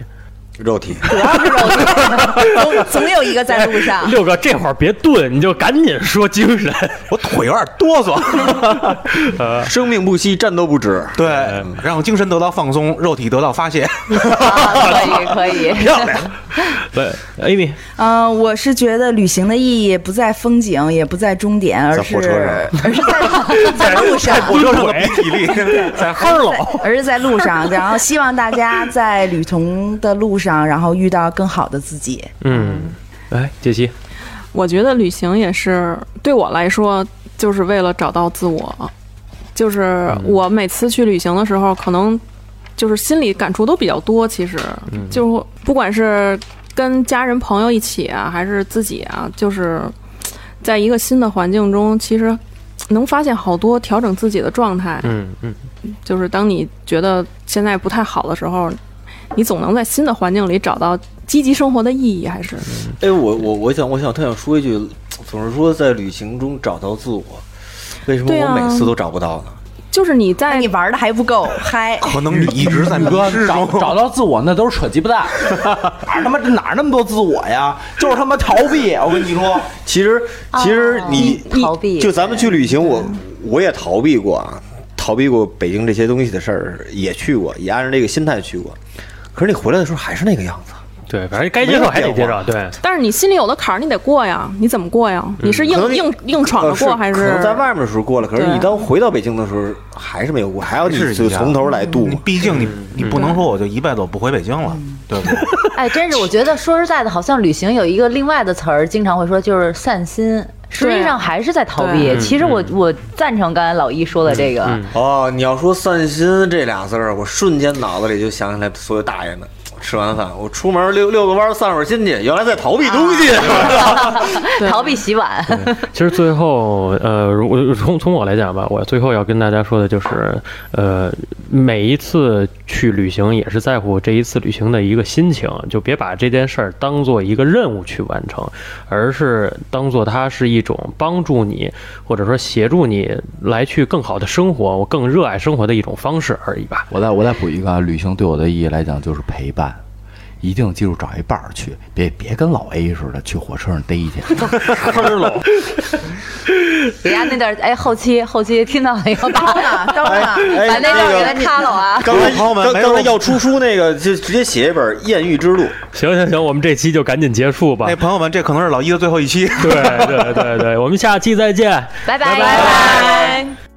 S2: 肉 体，
S5: 总总有一个在路 上。
S1: 六哥，这会儿别顿，你就赶紧说精神。
S6: 我腿有点哆嗦，
S2: 生命不息，战斗不止。
S6: 对，
S2: 嗯
S6: 让精神得到放松，肉体得到发泄。
S3: 啊，可以可以，
S6: 漂亮，
S1: 对，Amy，
S5: 嗯、我是觉得旅行的意义不在风景，也不在终点，而
S2: 在
S5: 是
S2: 火车上
S5: 而是在在路 上，
S6: 我车上的比体力，在哈喽。
S5: 而是在路上。然后希望大家在旅途的路上，然后遇到更好的自己。
S1: 嗯，来，杰西，
S4: 我觉得旅行也是对我来说，就是为了找到自我。就是我每次去旅行的时候，可能就是心里感触都比较多。其实，
S1: 嗯
S4: 就不管是跟家人朋友一起啊，还是自己啊，就是在一个新的环境中，其实能发现好多调整自己的状态。
S1: 嗯嗯，
S4: 就是当你觉得现在不太好的时候，你总能在新的环境里找到积极生活的意义。还是
S2: 哎，我我我想我想特想说一句，总是说在旅行中找到自我，为什么
S4: 对
S2: 我
S4: 啊
S2: 每次都找不到呢？
S4: 就是你
S5: 那
S4: 在
S5: 你玩的还不够嗨，
S6: 可能你一直在迷
S7: 宇哥
S6: 失
S7: 找
S6: 中。
S7: 找到自我，那都是扯鸡巴蛋，哪儿他妈哪儿那么多自我呀？就是他妈逃避，我跟你说，
S2: 其实其实你
S3: 你逃避
S2: 就咱们去旅行，我我也逃避过啊，逃避过北京这些东西的事儿，也去过，也按照这个心态去过。可是你回来的时候还是那个样子，
S1: 对，反正该接受还得接受，对，
S4: 但是你心里有的坎儿，你得过呀，你怎么过呀？你是硬
S2: 嗯可能你
S4: 硬硬闯着
S2: 呃
S4: 过，还
S2: 可能在外面的时候过了，可是你当回到北京的时候还是嗯没有过，还要你
S6: 是
S2: 就从头来度
S6: 你
S2: 嘛。
S6: 毕竟你你不能说我就一辈子我不回北京了，对不对？
S3: 哎，真是，我觉得说实在的，好像旅行有一个另外的词儿，经常会说就是散心，实际上还是在逃避。
S4: 对
S3: 其实我我赞成刚才老一说的这个，
S1: 嗯
S2: 哦，你要说散心这俩字儿，我瞬间脑子里就想起来所有大爷们。吃完饭，我出门溜溜个弯儿，散会儿心去，原来在逃避东西。
S4: 对
S3: 逃避洗碗。
S1: 其实最后，呃，如果从从我来讲吧，我最后要跟大家说的就是，呃，每一次去旅行也是在乎这一次旅行的一个心情，就别把这件事儿当做一个任务去完成，而是当做它是一种帮助你或者说协助你来去更好的生活，我更热爱生活的一种方式而已吧。
S7: 我再我再补一个啊，旅行对我的意义来讲就是陪伴。一定记住找一伴儿去，别别跟老 A 似的去火车上逮去。
S3: 人家那段儿哎，后期后期听到了以后， 把
S5: 啊，都啊，
S3: 把那
S2: 那
S3: 段
S2: 个
S3: 儿给他掐了啊。
S2: 刚才
S6: 朋友们
S2: 刚
S6: 没有
S2: 刚才要出书那个，就直接写一本《艳遇之路》。
S1: 行行行，我们这期就赶紧结束吧
S6: 哎，。朋友们，这可能是老一的最后一期。
S1: 对对对对，我们下期再见。
S3: 拜拜
S1: 拜拜
S3: 拜。